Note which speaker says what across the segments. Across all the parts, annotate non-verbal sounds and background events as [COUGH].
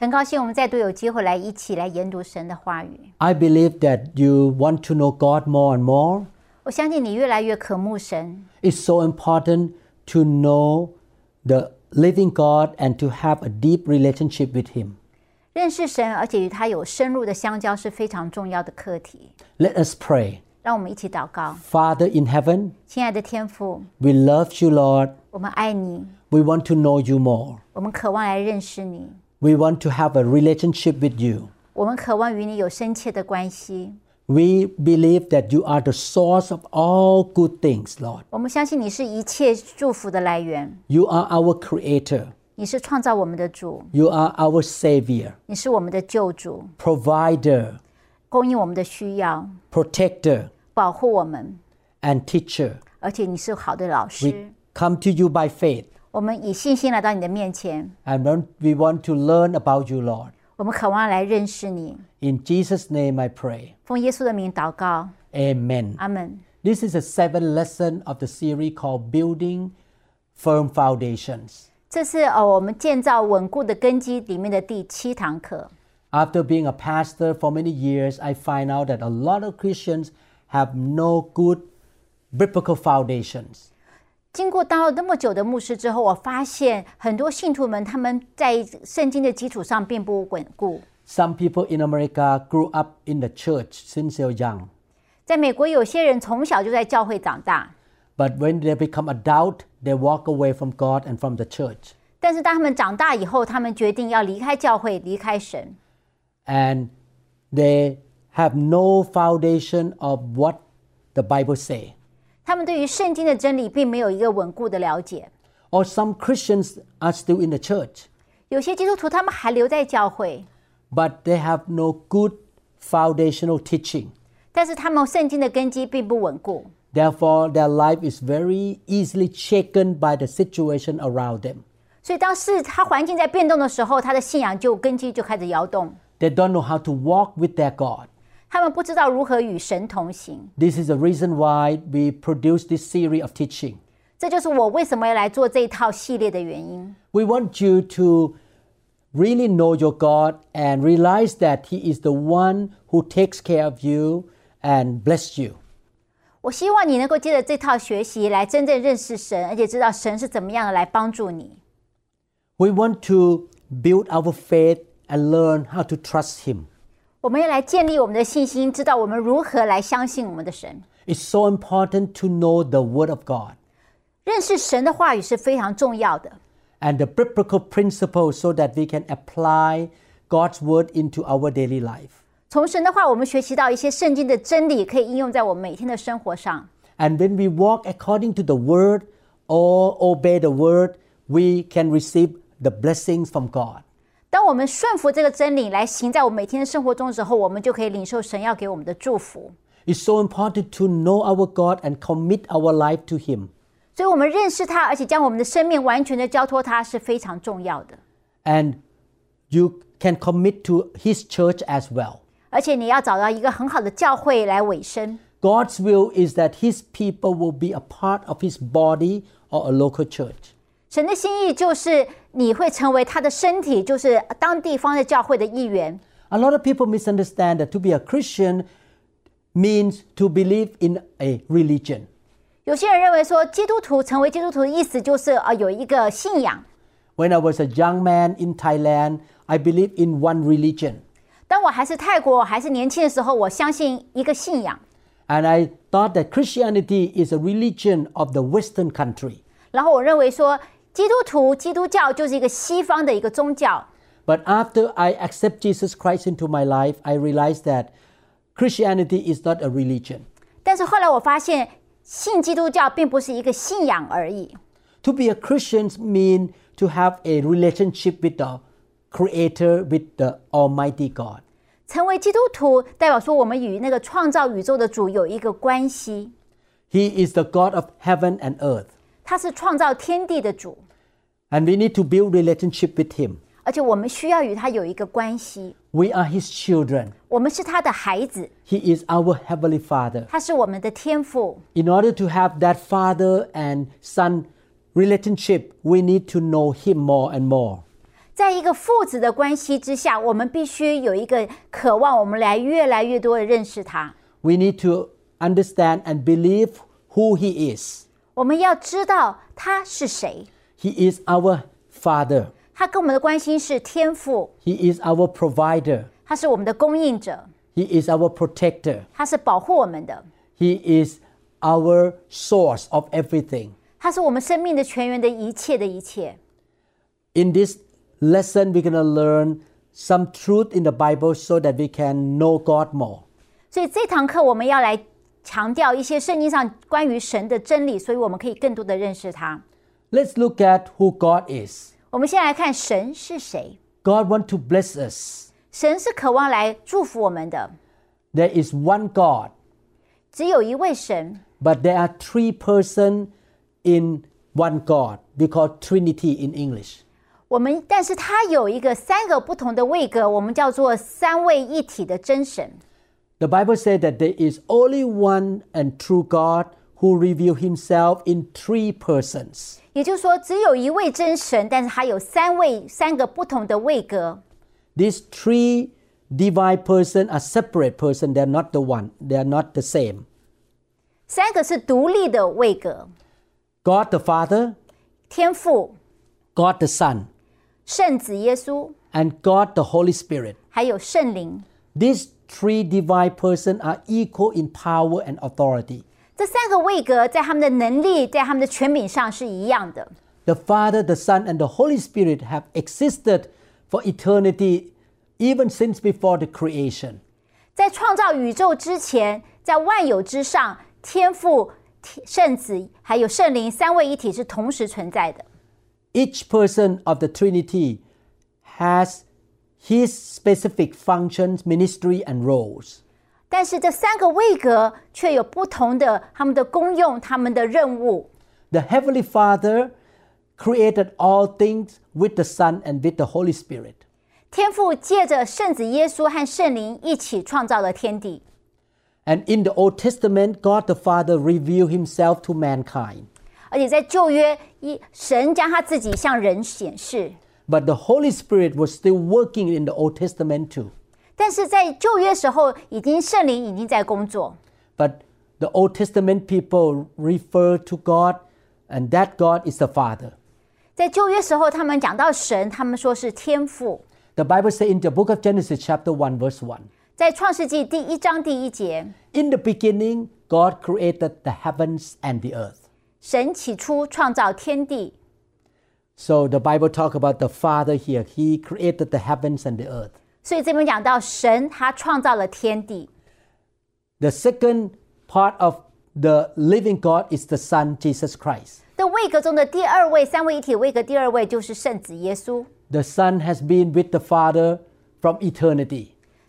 Speaker 1: 很高兴我们再度有机会来一起来研读神的话语。
Speaker 2: I believe that you want to know God more and more.
Speaker 1: 我相信你越来越渴慕神，
Speaker 2: It's so important to know the living God and to have a deep relationship with Him.
Speaker 1: 认识神，而且与他有深入的相交是非常重要的课题。
Speaker 2: Let us pray.
Speaker 1: 让我们一起祷告，
Speaker 2: Father in heaven,
Speaker 1: 亲爱的天父，
Speaker 2: we love you, Lord.
Speaker 1: 我们爱你，
Speaker 2: We want to know you more.
Speaker 1: 我们渴望来认识你，
Speaker 2: We want to have a relationship with you.
Speaker 1: 我们渴望与你有深切的关系。
Speaker 2: We believe that you are the source of all good things, Lord.
Speaker 1: 我们相信你是一切祝福的来源，
Speaker 2: You are our creator.
Speaker 1: 你是创造我们的主，
Speaker 2: You are our savior,
Speaker 1: 你是我们的救主，
Speaker 2: provider,
Speaker 1: 供应我们的需要，
Speaker 2: protector,
Speaker 1: 保护我们，
Speaker 2: and teacher.
Speaker 1: 而且你是好的老师。
Speaker 2: Come to you by faith,
Speaker 1: 我们以信心来到你的面前，
Speaker 2: and then we want to learn about you, Lord.
Speaker 1: 我们渴望来认识你。
Speaker 2: In Jesus' name I pray.
Speaker 1: 奉耶稣的名祷告，
Speaker 2: Amen.
Speaker 1: 阿门。
Speaker 2: This is the seventh lesson of the series called Building Firm Foundations.
Speaker 1: 这是呃我们建造稳固的根基里面的第七堂课。
Speaker 2: After being a pastor for many years, I find out that a lot of Christians have no good biblical foundations.
Speaker 1: 经过当了那么久的牧师之后，我发现很多信徒们他们在圣经的基础上并不稳固。
Speaker 2: Some people in America grew up in the church since they're young.
Speaker 1: 在美国，有些人从小就在教会长大，
Speaker 2: But when they become adult, they walk away from God and from the church.
Speaker 1: 但是当他们长大以后，他们决定要离开教会，离开神，
Speaker 2: And they have no foundation of what the Bible say.
Speaker 1: 他们对于圣经的真理并没有一个稳固的了解。
Speaker 2: Or some Christians are still in the church,
Speaker 1: 有些基督徒他们还留在教会，
Speaker 2: but they have no good foundational teaching.
Speaker 1: 但是他们圣经的根基并不稳固，
Speaker 2: Therefore, their life is very easily shaken by the situation around them.
Speaker 1: 所以当是他环境在变动的时候，他的信仰就根基就开始摇动。
Speaker 2: They don't know how to walk with their God.
Speaker 1: 他们不知道如何与神同行，
Speaker 2: This is the reason why we produce this series of teaching.
Speaker 1: 这就是我为什么要来做这一套系列的原因。
Speaker 2: We want you to really know your God and realize that He is the one who takes care of you and bless you.
Speaker 1: 我希望你能够借着这套学习来真正认识神，而且知道神是怎么样的来帮助你。
Speaker 2: We want to build our faith and learn how to trust Him.
Speaker 1: 我们要来建立我们的信心，知道我们如何来相信我们的神。
Speaker 2: It's so important to know the Word of God
Speaker 1: 认识神的话语是非常重要的，
Speaker 2: and the biblical principles so that we can apply God's Word into our daily life.
Speaker 1: 从神的话，我们学习到一些圣经的真理，可以应用在我们每天的生活上。
Speaker 2: And when we walk according to the Word or obey the Word, we can receive the blessings from God.
Speaker 1: 当我们顺服这个真理来行在我们每天的生活中的时候，我们就可以领受神要给我们的祝福。
Speaker 2: It's so important to know our God and commit our life to Him.
Speaker 1: 所以，我们认识他，而且将我们的生命完全的交托他是非常重要的。
Speaker 2: And you can commit to His church as well.
Speaker 1: 而且，你要找到一个很好的教会来委身。
Speaker 2: God's will is that His people will be a part of His body or a local church.
Speaker 1: 神的心意就是你会成为他的身体，就是当地方的教会的一员。
Speaker 2: A lot of people misunderstand that to be a Christian means to believe in a religion.
Speaker 1: 有些人认为说，基督徒成为基督徒的意思就是呃有一个信仰。
Speaker 2: When I was a young man in Thailand, I believed in one religion.
Speaker 1: 当我还是泰国，我还是年轻的时候，我相信一个信仰，
Speaker 2: And I thought that Christianity is a religion of the Western country.
Speaker 1: 然后我认为说，基督徒基督教就是一个西方的一个宗教。
Speaker 2: But after I accept Jesus Christ into my life, I realized that Christianity is not a religion.
Speaker 1: 但是后来我发现，信基督教并不是一个信仰而已。
Speaker 2: To be a Christian means to have a relationship with the creator with the Almighty God.
Speaker 1: 成为基督徒，代表说我们与那个创造宇宙的主有一个关系。
Speaker 2: He is the God of heaven and earth.
Speaker 1: 他是创造天地的主，
Speaker 2: And we need to build relationship with Him.
Speaker 1: 而且我们需要与他有一个关系。
Speaker 2: We are His children.
Speaker 1: 我们是他的孩子，
Speaker 2: He is our Heavenly Father.
Speaker 1: 他是我们的天父。
Speaker 2: In order to have that father and son relationship, we need to know Him more and more.
Speaker 1: 在一个父子的关系之下，我们必须有一个渴望，我们来越来越多的认识他。
Speaker 2: We need to understand and believe who He is.
Speaker 1: 我们要知道他是谁，
Speaker 2: He is our Father.
Speaker 1: 他跟我们的关系是天父，
Speaker 2: He is our provider.
Speaker 1: 他是我们的供应者，
Speaker 2: He is our protector.
Speaker 1: 他是保护我们的，
Speaker 2: He is our source of everything.
Speaker 1: 他是我们生命的全员的一切的一切。
Speaker 2: In this lesson, we're going to learn some truth in the Bible so that we can know God more.
Speaker 1: 所以这堂课我们要来强调一些圣经上关于神的真理，所以我们可以更多的认识他。
Speaker 2: Let's look at who God is.
Speaker 1: 我们先来看神是谁。
Speaker 2: God wants to bless us.
Speaker 1: 神是渴望来祝福我们的，
Speaker 2: There is one God,
Speaker 1: 只有一位神，
Speaker 2: but there are three persons in one God. We call Trinity in English.
Speaker 1: 我们，但是他有一个三个不同的位格，我们叫做三位一体的真神。
Speaker 2: The Bible says that there is only one and true God who revealed himself in three persons.
Speaker 1: 也就是说，只有一位真神，但是他有三位三个不同的位格。
Speaker 2: These three divine persons are separate persons, they're not the one, they're not the same.
Speaker 1: 三个是独立的位格：
Speaker 2: God the Father,
Speaker 1: 天父、
Speaker 2: God the Son,
Speaker 1: 圣子耶稣，
Speaker 2: and God the Holy Spirit.
Speaker 1: 还有圣灵。
Speaker 2: These three divine persons are equal in power and authority.
Speaker 1: 这三个位格在他们的能力、在他们的权柄上是一样的。
Speaker 2: The Father, the Son, and the Holy Spirit have existed for eternity even since before the creation.
Speaker 1: 在创造宇宙之前，在万有之上，天父、天圣子还有圣灵三位一体是同时存在的。
Speaker 2: Each person of the Trinity has his specific functions, ministry, and roles.
Speaker 1: 但是这三个位格却有不同的他们的功用、他们的任务。
Speaker 2: The Heavenly Father created all things with the Son and with the Holy Spirit.
Speaker 1: 天父借着圣子耶稣和圣灵一起创造了天地。
Speaker 2: And in the Old Testament, God the Father revealed himself to mankind.
Speaker 1: 而且在旧约，一神将他自己向人显示，
Speaker 2: But the Holy Spirit was still working in the Old Testament too.
Speaker 1: 但是在旧约时候，已经圣灵已经在工作。
Speaker 2: But the Old Testament people refer to God, and that God is the Father.
Speaker 1: 在旧约时候，他们讲到神，他们说是天父。
Speaker 2: The Bible says in the book of Genesis, chapter 1, verse 1
Speaker 1: 在创世纪第一章第一节，
Speaker 2: In the beginning, God created the heavens and the earth.
Speaker 1: 神起初创造天地，
Speaker 2: So the Bible talk about the Father here. He created the heavens and the earth.
Speaker 1: 所以这边讲到神他创造了天地。
Speaker 2: The second part of the living God is the Son, Jesus Christ.
Speaker 1: 这位格中的第二位三位一体位格第二位就是圣子耶稣。
Speaker 2: The Son has been with the Father from eternity.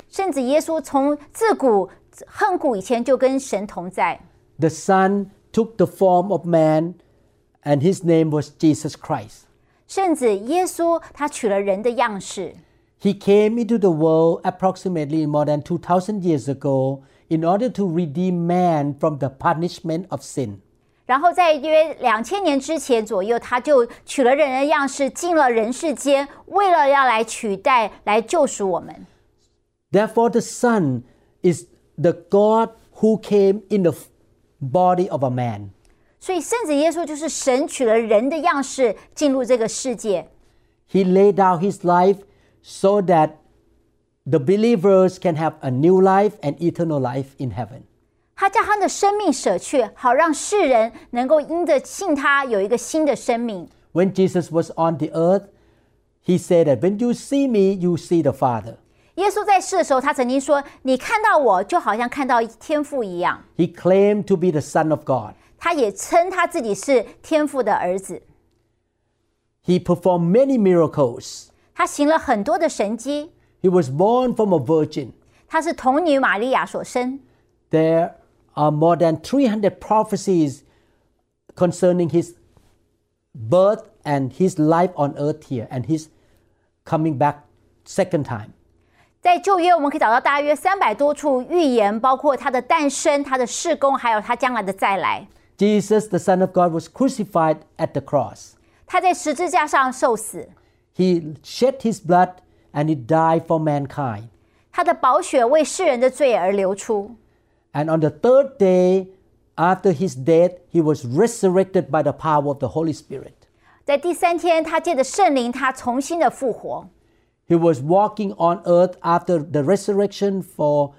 Speaker 1: 圣子耶稣从自古恨古以前就跟神同在，
Speaker 2: The Son took the form of man, and his name was Jesus Christ.
Speaker 1: 圣子耶稣他取了人的样式，
Speaker 2: He came into the world approximately more than 2,000 years ago in order to redeem man from the punishment of sin.
Speaker 1: 然后在约两千年之前左右，他就取了人的样式，进了人世间，为了要来取代、来救赎我们。
Speaker 2: Therefore, the Son is the God who came in the f- body of a man.
Speaker 1: 所以圣子耶稣就是神取了人的样式进入这个世界，
Speaker 2: He laid down his life so that the believers can have a new life and eternal life in heaven.
Speaker 1: 他将他的生命舍去，好让世人能够因着信他有一个新的生命。
Speaker 2: When Jesus was on the earth, he said that when you see me, you see the Father.
Speaker 1: 耶稣在世的时候，他曾经说：“你看到我，就好像看到天父一样。
Speaker 2: He claimed to be the Son of God. ”
Speaker 1: 他也称他自己是天父的儿子，
Speaker 2: He performed many miracles.
Speaker 1: 他行了很多的神迹。
Speaker 2: He was born from a virgin.
Speaker 1: 他是童女玛利亚所生，
Speaker 2: There are more than 300 prophecies concerning his birth and his life on earth here and his coming back second time.
Speaker 1: 在旧约我们可以找到大约三百多处预言，包括他的诞生、他的事工，还有他将来的再来。
Speaker 2: Jesus, the Son of God, was crucified at the cross.
Speaker 1: 他在十字架上受死，
Speaker 2: He shed his blood and he died for mankind.
Speaker 1: 他的宝血为世人的罪而流出。
Speaker 2: And on the third day after his death, he was resurrected by the power of the Holy Spirit.
Speaker 1: 在第三天，他借着圣灵，他重新的复活。
Speaker 2: He was walking on earth after the resurrection for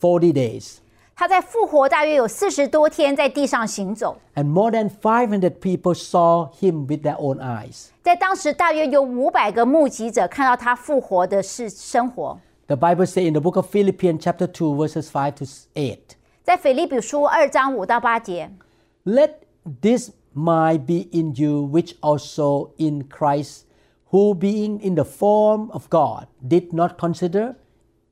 Speaker 2: 40 days.
Speaker 1: 他在复活大约有四十多天，在地上行走。
Speaker 2: And more than 500 people saw him with their own eyes.
Speaker 1: 在当时，大约有五百个目击者看到他复活的是生活。
Speaker 2: The Bible says in the book of Philippians, chapter 2, verses 5 to 8.
Speaker 1: 在腓立比书二章五到八节，
Speaker 2: Let this mind be in you, which also in Christ, who being in the form of God, did not consider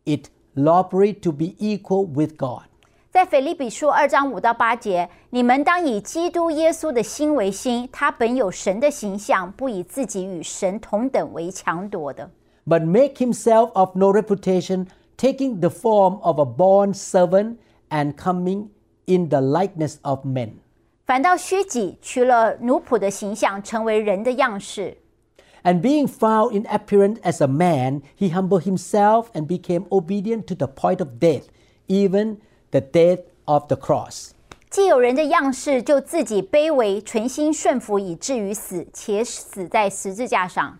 Speaker 2: it robbery to be equal with God,
Speaker 1: 在腓立比书二章五到八节，你们当以基督耶稣的心为心，他本有神的形象，不以自己与神同等为强夺的，
Speaker 2: but make himself of no reputation, taking the form of a born servant and coming in the likeness of men.
Speaker 1: 反倒虚己，取了奴仆的形象，成为人的样式。
Speaker 2: And being found in appearance as a man, he humbled himself and became obedient to the point of death, even the death of the cross.
Speaker 1: 既有人的样式，就自己卑微，存心顺服，以至于死，且死在十字架上。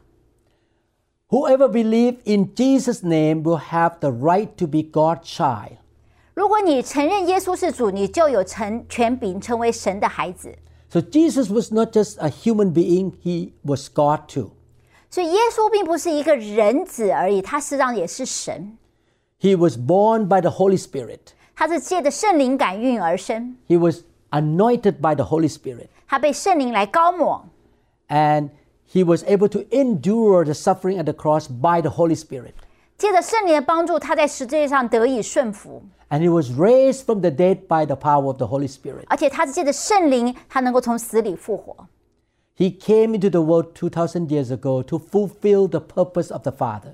Speaker 2: Whoever believes in Jesus' name will have the right to be God's child.
Speaker 1: 如果你承认耶稣是主，你就有成权柄成为神的孩子。
Speaker 2: So Jesus was not just a human being, he was God too.
Speaker 1: 所以耶稣并不是一个人子而已，他实际上也是神，
Speaker 2: He was born by the Holy Spirit.
Speaker 1: 他是借着圣灵感孕而生，
Speaker 2: He was anointed by the Holy Spirit.
Speaker 1: 他被圣灵来高抹，
Speaker 2: And he was able to endure the suffering at the cross by the Holy Spirit.
Speaker 1: 借着圣灵的帮助，他在十字架上得以顺服，
Speaker 2: And he was raised from the dead by the power of the Holy Spirit.
Speaker 1: 而且他是借着圣灵，他能够从死里复活。
Speaker 2: He came into the world 2,000 years ago to fulfill the purpose of the Father.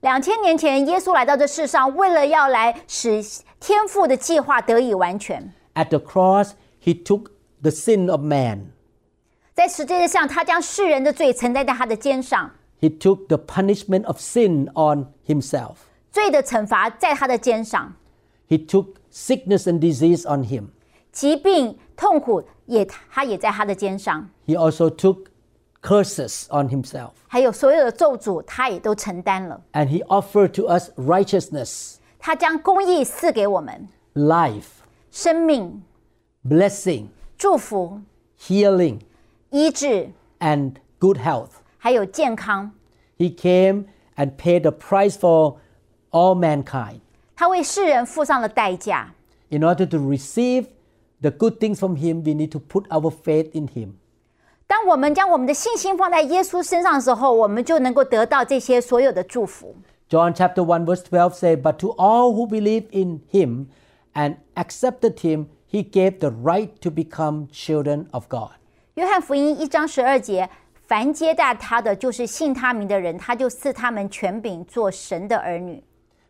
Speaker 1: 两千年前，耶稣来到这世上，为了要来使天父的计划得以完全。
Speaker 2: At the cross, he took the sin of man.
Speaker 1: 在十字架上，他将世人的罪承担在他的肩上，
Speaker 2: He took the punishment of sin on himself.
Speaker 1: 罪的惩罚在他的肩上，
Speaker 2: He took sickness and disease on him.
Speaker 1: 疾病、痛苦也他也在他的肩上，
Speaker 2: He also took curses on himself.
Speaker 1: 还有所有的咒诅，他也都承担了。
Speaker 2: And he offered to us righteousness,
Speaker 1: 他将公义赐给我们，
Speaker 2: life,
Speaker 1: 生命、
Speaker 2: blessing,
Speaker 1: 祝福、
Speaker 2: healing,
Speaker 1: 医治，
Speaker 2: and good health.
Speaker 1: 还有健康。
Speaker 2: He came and paid the price for all mankind.
Speaker 1: 他为世人付上了代价。
Speaker 2: In order to receive the good things from Him, we need to put our faith in Him.
Speaker 1: 当我们将我们的信心放在耶稣身上的时候，我们就能够得到这些所有的祝福。
Speaker 2: John chapter 1, verse 12 says, But to all who believe in Him and accepted Him, He gave the right to become children of God.
Speaker 1: 约翰福音一章十二节：凡接待他的，就是信他名的人，他就赐他们权柄做神的儿女。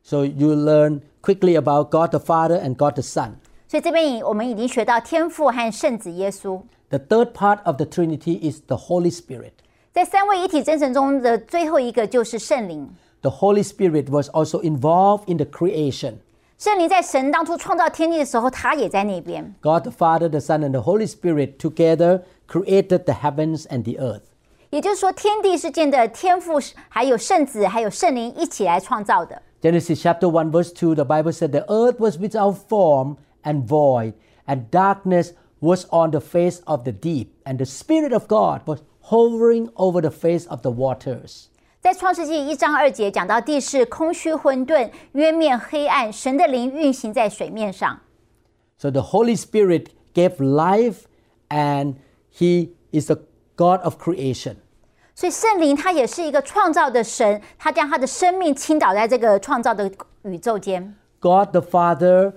Speaker 2: So you learn quickly about God the Father and God the Son.
Speaker 1: 所以这边已我们已经学到天父和圣子耶稣，
Speaker 2: The third part of the Trinity is the Holy Spirit.
Speaker 1: 在三位一体真神中的最后一个就是圣灵。
Speaker 2: The Holy Spirit was also involved in the creation.
Speaker 1: 圣灵在神当初创造天地的时候，他也在那边。
Speaker 2: God the Father, the Son, and the Holy Spirit together created the heavens and the earth.
Speaker 1: 也就是说，天地是间的天父，还有圣子，还有圣灵一起来创造的。
Speaker 2: Genesis chapter 1, verse 2, the Bible said, The earth was without form and void, and darkness was on the face of the deep, and the Spirit of God was hovering over the face of the waters.
Speaker 1: 在创世纪一章二节讲到，地是空虚混沌，渊面黑暗，神的灵运行在水面上。
Speaker 2: So the Holy Spirit gave life, and He is the God of creation.
Speaker 1: 所以圣灵他也是一个创造的神，他将他的生命倾倒在这个创造的宇宙间。
Speaker 2: God the Father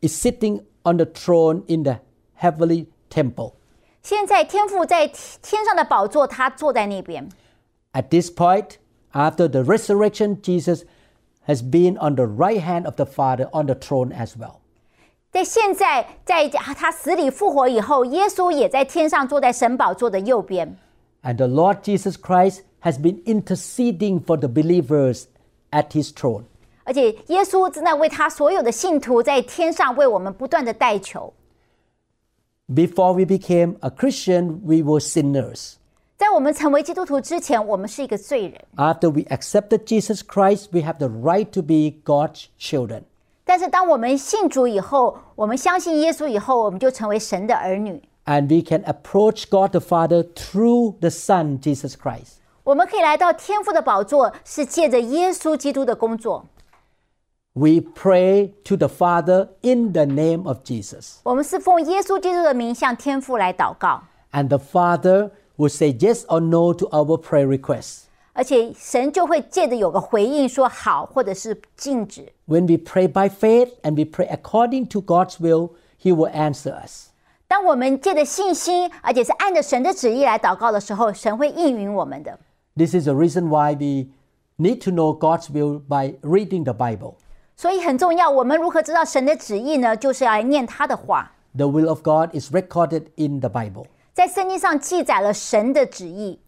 Speaker 2: is sitting on the throne in the heavenly temple.
Speaker 1: 现在天父在天天上的宝座，他坐在那边。
Speaker 2: At this point, after the resurrection, Jesus has been on the right hand of the Father on the throne as well.
Speaker 1: 在现在，在他死里复活以后，耶稣也在天上坐在神宝座的右边。
Speaker 2: And the Lord Jesus Christ has been interceding for the believers at his throne.
Speaker 1: 而且耶稣正在为他所有的信徒在天上为我们不断的代求。
Speaker 2: Before we became a Christian, we were sinners.
Speaker 1: 在我们成为基督徒之前，我们是一个罪人；
Speaker 2: After we accepted Jesus Christ, we have the right to be God's children.
Speaker 1: 但是当我们信主以后，我们相信耶稣以后，我们就成为神的儿女。
Speaker 2: And we can approach God the Father through the Son, Jesus Christ.
Speaker 1: 我们可以来到天父的宝座，是借着耶稣基督的工作。
Speaker 2: We pray to the Father in the name of Jesus.
Speaker 1: 我们是奉耶稣基督的名向天父来祷告，
Speaker 2: And the Father will say yes or no to our prayer requests.
Speaker 1: 而且神就会借着有个回应，说好或者是禁止。
Speaker 2: When we pray by faith and we pray according to God's will, He will answer us.
Speaker 1: 当我们借着信心，而且是按着神的旨意来祷告的时候，神会应允我们的。
Speaker 2: This is the reason why we need to know God's will by reading the Bible.
Speaker 1: 所以很重要，我们如何知道神的旨意呢？就是要来念他的话。
Speaker 2: The will of God is recorded in the Bible.
Speaker 1: 在圣经上记载了神的旨意，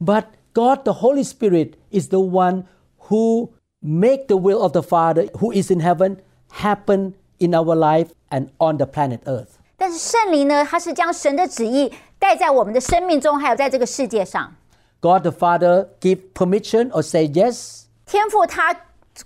Speaker 2: But God the Holy Spirit is the one who make the will of the Father who is in heaven happen in our life and on the planet earth.
Speaker 1: 但是圣灵呢，它是将神的旨意带在我们的生命中，还有在这个世界上。
Speaker 2: God the Father give permission or say yes.
Speaker 1: 天父他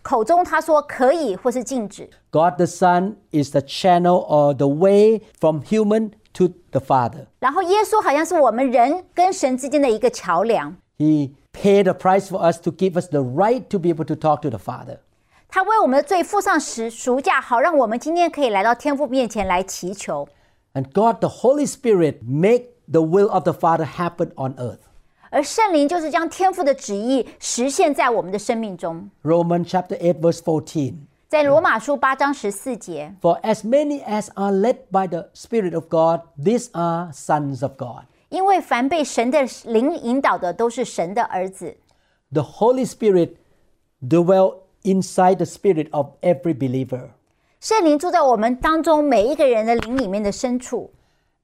Speaker 1: 口中他说可以或是禁止，
Speaker 2: God the Son is the channel or the way from human to the Father.
Speaker 1: 然后耶稣好像是我们人跟神之间的一个桥梁，
Speaker 2: He paid the price for us to give us the right to be able to talk to the Father.
Speaker 1: 他为我们的罪付上十赎价，好让我们今天可以来到天父面前来祈求。
Speaker 2: And God the Holy Spirit make the will of the Father happen on earth.
Speaker 1: 而圣灵就是将天父的旨意实现在我们的生命中，
Speaker 2: Romans chapter 8 verse 14.
Speaker 1: 在罗马书八章十四节。
Speaker 2: For as many as are led by the Spirit of God, these are sons of God.
Speaker 1: 因为凡被神的灵引导的，都是神的儿子。
Speaker 2: The Holy Spirit dwell inside the spirit of every believer,
Speaker 1: 圣灵住在我们当中每一个人的灵里面的深处，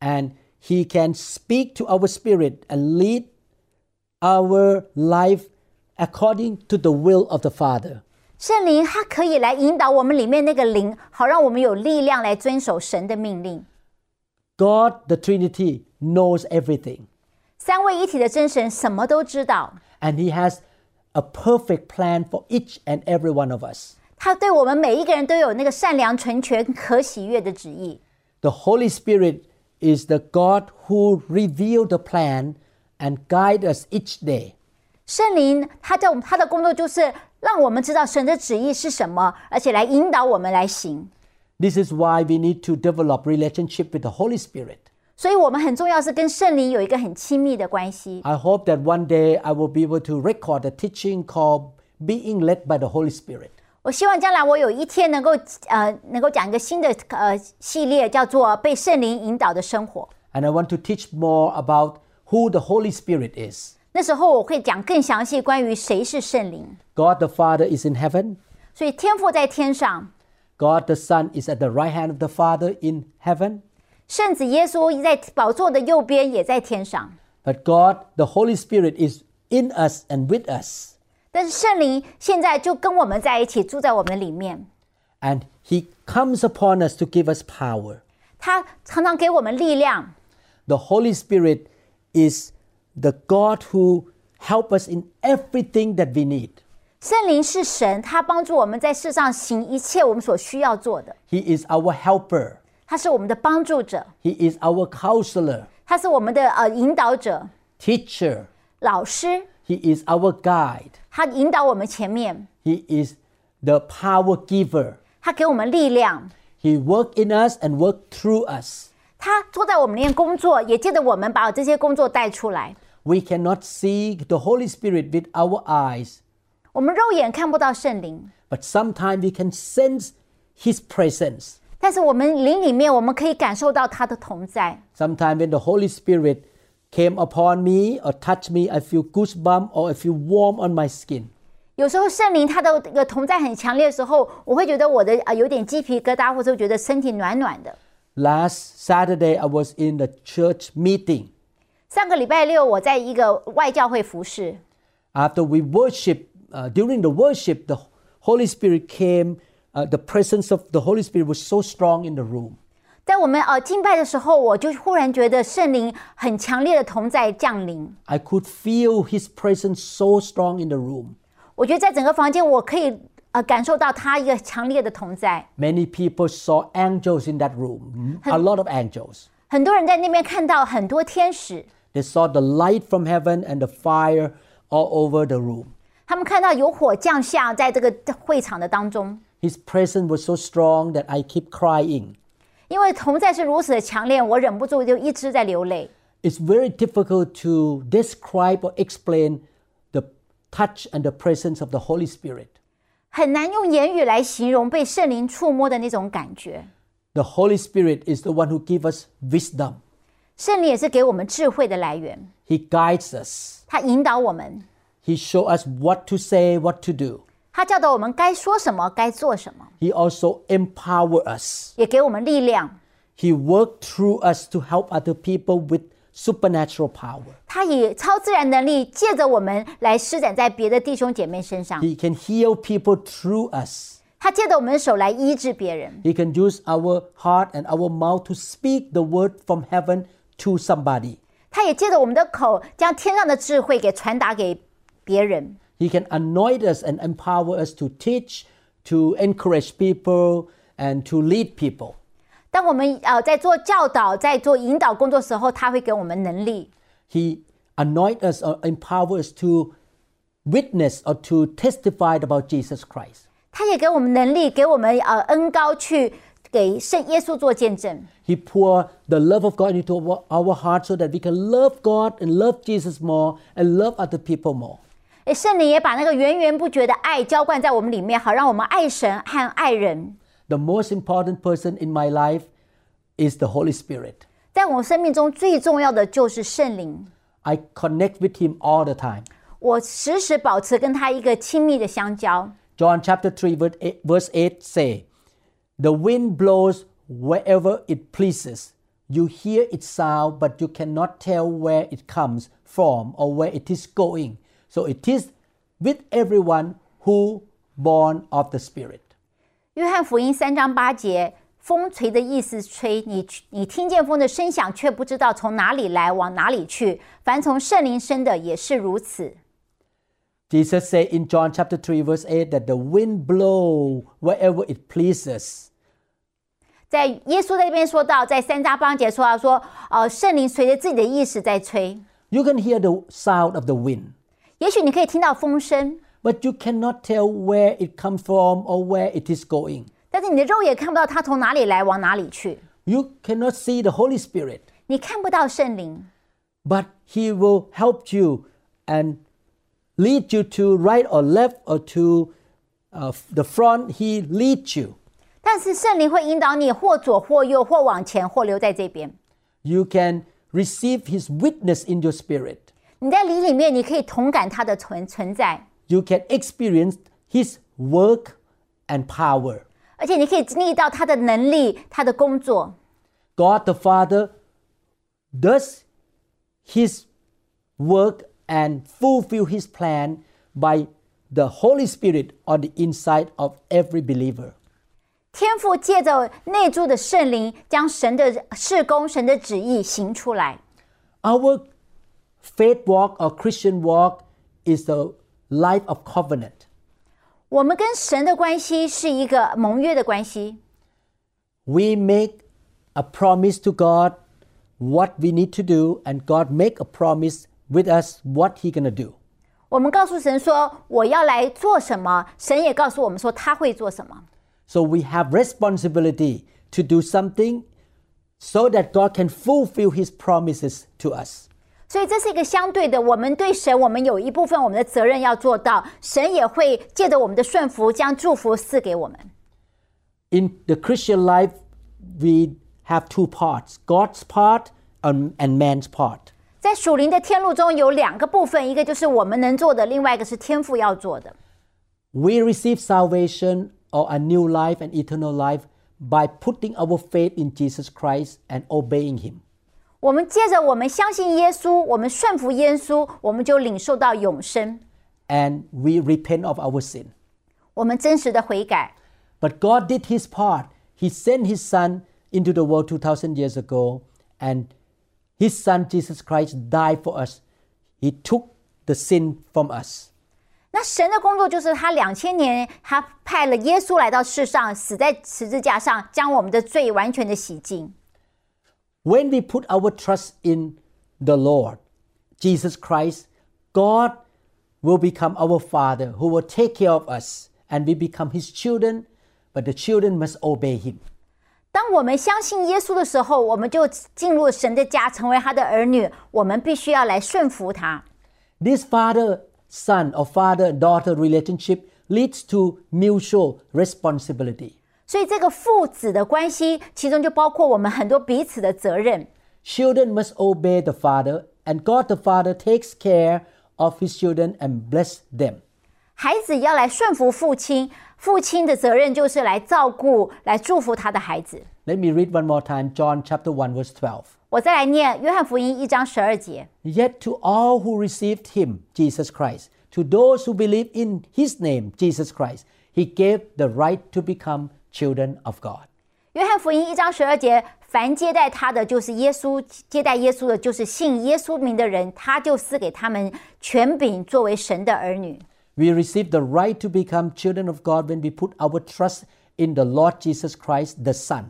Speaker 2: and He can speak to our spirit and lead our life according to the will of the Father.
Speaker 1: 圣灵它可以来引导我们里面那个灵，好让我们有力量来遵守神的命令。
Speaker 2: God, the Trinity, knows everything,
Speaker 1: 三位一体的真神什么都知道，
Speaker 2: and He has a perfect plan for each and every one of us.
Speaker 1: 他对我们每一个人都有那个善良、纯全、可喜悦的旨意。
Speaker 2: The Holy Spirit is the God who revealed the plan and guide us each day.
Speaker 1: 圣灵他在我们他的工作就是让我们知道神的旨意是什么，而且来引导我们来行。
Speaker 2: This is why we need to develop relationship with the Holy Spirit.
Speaker 1: 所以我们很重要是跟圣灵有一个很亲密的关系。
Speaker 2: I hope that one day I will be able to record a teaching called Being Led by the Holy Spirit.
Speaker 1: 我希望将来我有一天能够呃能够讲一个新的呃系列，叫做被圣灵引导的生活。
Speaker 2: And I want to teach more about who the Holy Spirit is.
Speaker 1: 那时候我会讲更详细关于谁是圣灵。
Speaker 2: God the Father is in heaven.
Speaker 1: 所以天父在天上，
Speaker 2: God the Son is at the right hand of the Father in heaven.
Speaker 1: 圣子耶稣在宝座的右边也在天上，
Speaker 2: But God, the Holy Spirit, is in us and with us.
Speaker 1: 但是圣灵现在就跟我们在一起，住在我们里面。
Speaker 2: and he comes upon us to give us power.
Speaker 1: 他常常给我们力量。
Speaker 2: The Holy Spirit is the God who help us in everything that we need.
Speaker 1: 圣灵是神，他帮助我们在世上行一切我们所需要做的。
Speaker 2: He is our helper.
Speaker 1: 他是我们的帮助者，
Speaker 2: He is our counselor,
Speaker 1: 他是我们的呃引导者、
Speaker 2: teacher.
Speaker 1: 老师。
Speaker 2: He is our guide.
Speaker 1: 他引导我们前面，
Speaker 2: He is the power giver.
Speaker 1: 他给我们力量，
Speaker 2: He work in us and work through us.
Speaker 1: 他坐在我们里面工作，也借着我们把这些工作带出来。
Speaker 2: We cannot see the Holy Spirit with our eyes,
Speaker 1: 我们肉眼看不到圣灵，
Speaker 2: but sometimes we can sense His presence.
Speaker 1: 但是我们灵里面我们可以感受到他的同在。
Speaker 2: Sometimes when the Holy Spirit came upon me or touched me, I feel goosebump or I feel warm on my skin.
Speaker 1: 有时候圣灵他的这个同在很强烈的时候，我会觉得我的啊、呃有点鸡皮疙瘩，或者觉得身体暖暖的。
Speaker 2: Last Saturday, I was in the church meeting.
Speaker 1: 上个礼拜六我在一个外教会服侍，
Speaker 2: After we worship, uh, during the worship, the Holy Spirit came. Uh, the presence of the Holy Spirit was so strong in the room.
Speaker 1: 在我们呃敬拜的时候，我就忽然觉得圣灵很强烈的同在降临。
Speaker 2: I could feel His presence so strong in the room.
Speaker 1: 我觉得在整个房间，我可以呃感受到他一个强烈的同在。
Speaker 2: Many people saw angels in that room, a lot of angels.
Speaker 1: 很多人在那边看到很多天使，
Speaker 2: They saw the light from heaven and the fire all over the room.
Speaker 1: 他们看到有火降下在这个会场的当中，
Speaker 2: His presence was so strong that I keep crying.
Speaker 1: 因为同在是如此的强烈，我忍不住就一直在流泪。
Speaker 2: It's very difficult to describe or explain the touch and the presence of the Holy Spirit.
Speaker 1: 很难用言语来形容被圣灵触摸的那种感觉。
Speaker 2: The Holy Spirit is the one who gives us wisdom.
Speaker 1: 圣灵也是给我们智慧的来源，
Speaker 2: He guides us.
Speaker 1: 它引导我们，
Speaker 2: He shows us what to say, what to do.
Speaker 1: 它教导我们该说什么，该做什么，
Speaker 2: He also empowers us.
Speaker 1: 也给我们力量。
Speaker 2: He worked through us to help other people with supernatural power.
Speaker 1: 他以超自然能力借着我们来施展在别的弟兄姐妹身上，
Speaker 2: He can heal people through us.
Speaker 1: 他借着我们的手来医治别人，
Speaker 2: He can use our heart and our mouth to speak the word from heaven to somebody.
Speaker 1: 他也借着我们的口将天上的智慧给传达给别人。
Speaker 2: He can anoint us and empower us to teach, to encourage people, and to lead people.
Speaker 1: 当我们呃在做教导、在做引导工作时候，他会给我们能力，
Speaker 2: He anoints us or empowers us to witness or to testify about Jesus Christ.
Speaker 1: 他也给我们能力，给我们呃恩高去给圣耶稣做见证。
Speaker 2: He pour the love of God into our, our heart so that we can love God and love Jesus more and love other people more.
Speaker 1: 诶圣灵也把那个源源不绝的爱浇灌在我们里面，好让我们爱神和爱人。
Speaker 2: The most important person in my life is the Holy Spirit.
Speaker 1: 在我生命中最重要的就是圣灵，
Speaker 2: I connect with him all the time.
Speaker 1: 我时时保持跟他一个亲密的相交。
Speaker 2: John chapter 3 verse 8, verse 8 say, "The wind blows wherever it pleases. You hear its sound, but you cannot tell where it comes from or where it is going. So it is with everyone who born of the Spirit."
Speaker 1: 约翰福音三章八节，风吹的意思吹，你你听见风的声响，却不知道从哪里来，往哪里去。凡从圣灵生的也是如此。
Speaker 2: Jesus said in John chapter 3 verse 8 that the wind blow wherever it pleases.
Speaker 1: 在耶稣在这边说到，在三章八节说到说，呃，圣灵随着自己的意识在吹。
Speaker 2: You can hear the sound of the wind,
Speaker 1: 也许你可以听到风声，
Speaker 2: but you cannot tell where it comes from or where it is going.
Speaker 1: 但是你的肉也看不到它从哪里来，往哪里去。
Speaker 2: You cannot see the Holy Spirit,
Speaker 1: 你看不到圣灵，
Speaker 2: but He will help you and lead you to right or left or to uh, the front. He leads you.
Speaker 1: 但是圣灵会引导你或左或右，或往前或留在这边。
Speaker 2: You can receive His witness in your spirit.
Speaker 1: 你在灵里面，你可以同感它的存存在，
Speaker 2: You can experience His work and power.
Speaker 1: 而且你可以经历到它的能力、它的工作。
Speaker 2: God the Father does his work and fulfill his plan by the Holy Spirit on the inside of every believer.
Speaker 1: 天父借着内住的圣灵，将神的事工、神的旨意行出来。
Speaker 2: Our faith walk or Christian walk is the life of covenant.
Speaker 1: 我们跟神的关系是一个盟约的关系，
Speaker 2: We make a promise to God what we need to do and God make a promise with us what he going to do.
Speaker 1: 我们告诉神说我要来做什么，神也告诉我们说他会做什么。
Speaker 2: So we have responsibility to do something so that God can fulfill his promises to us.
Speaker 1: 所以这是一个相对的，我们对神，我们有一部分我们的责任要做到，神也会借着我们的顺服，将祝福赐给我们。
Speaker 2: In the Christian life, we have two parts God's part and, and man's part.
Speaker 1: 在属灵的天路中有两个部分，一个就是我们能做的，另外一个是天父要做的。
Speaker 2: We receive salvation or a new life and eternal life by putting our faith in Jesus Christ and obeying Him.
Speaker 1: 我们借着我们相信耶稣，我们顺服耶稣，我们就领受到永生。
Speaker 2: And we repent of our sin.
Speaker 1: 我们真实的悔改，
Speaker 2: But God did His part. He sent His Son into the world 2,000 years ago, and His Son Jesus Christ died for us. He took the sin from us.
Speaker 1: 那神的工作就是他两千年，他派了耶稣来到世上，死在十字架上，将我们的罪完全的洗净。
Speaker 2: When we put our trust in the Lord, Jesus Christ, God will become our Father who will take care of us, and we become His children, but the children must obey Him.
Speaker 1: 当我们相信耶稣的时候，我们就进入神的家，成为他的儿女。我们必须要来顺服他。
Speaker 2: This father son or father daughter relationship leads to mutual responsibility.
Speaker 1: 所以，这个父子的关系，其中就包括我们很多彼此的责任。
Speaker 2: Children must obey the father, and God the Father takes care of his children and bless them.
Speaker 1: 孩子要来顺服父亲，父亲的责任就是来照顾、来祝福他的孩子。
Speaker 2: Let me read one more time John chapter 1 verse 12.
Speaker 1: 我再来念《约翰福音》一章十二节。
Speaker 2: Yet to all who received him, Jesus Christ, to those who believe in his name, Jesus Christ, he gave the right to become children of God.
Speaker 1: 约翰福音一章十二节，凡接待他的就是耶稣，接待耶稣的就是信耶稣名的人，他就赐给他们权柄，作为神的儿女。
Speaker 2: We receive the right to become children of God when we put our trust in the Lord Jesus Christ, the Son.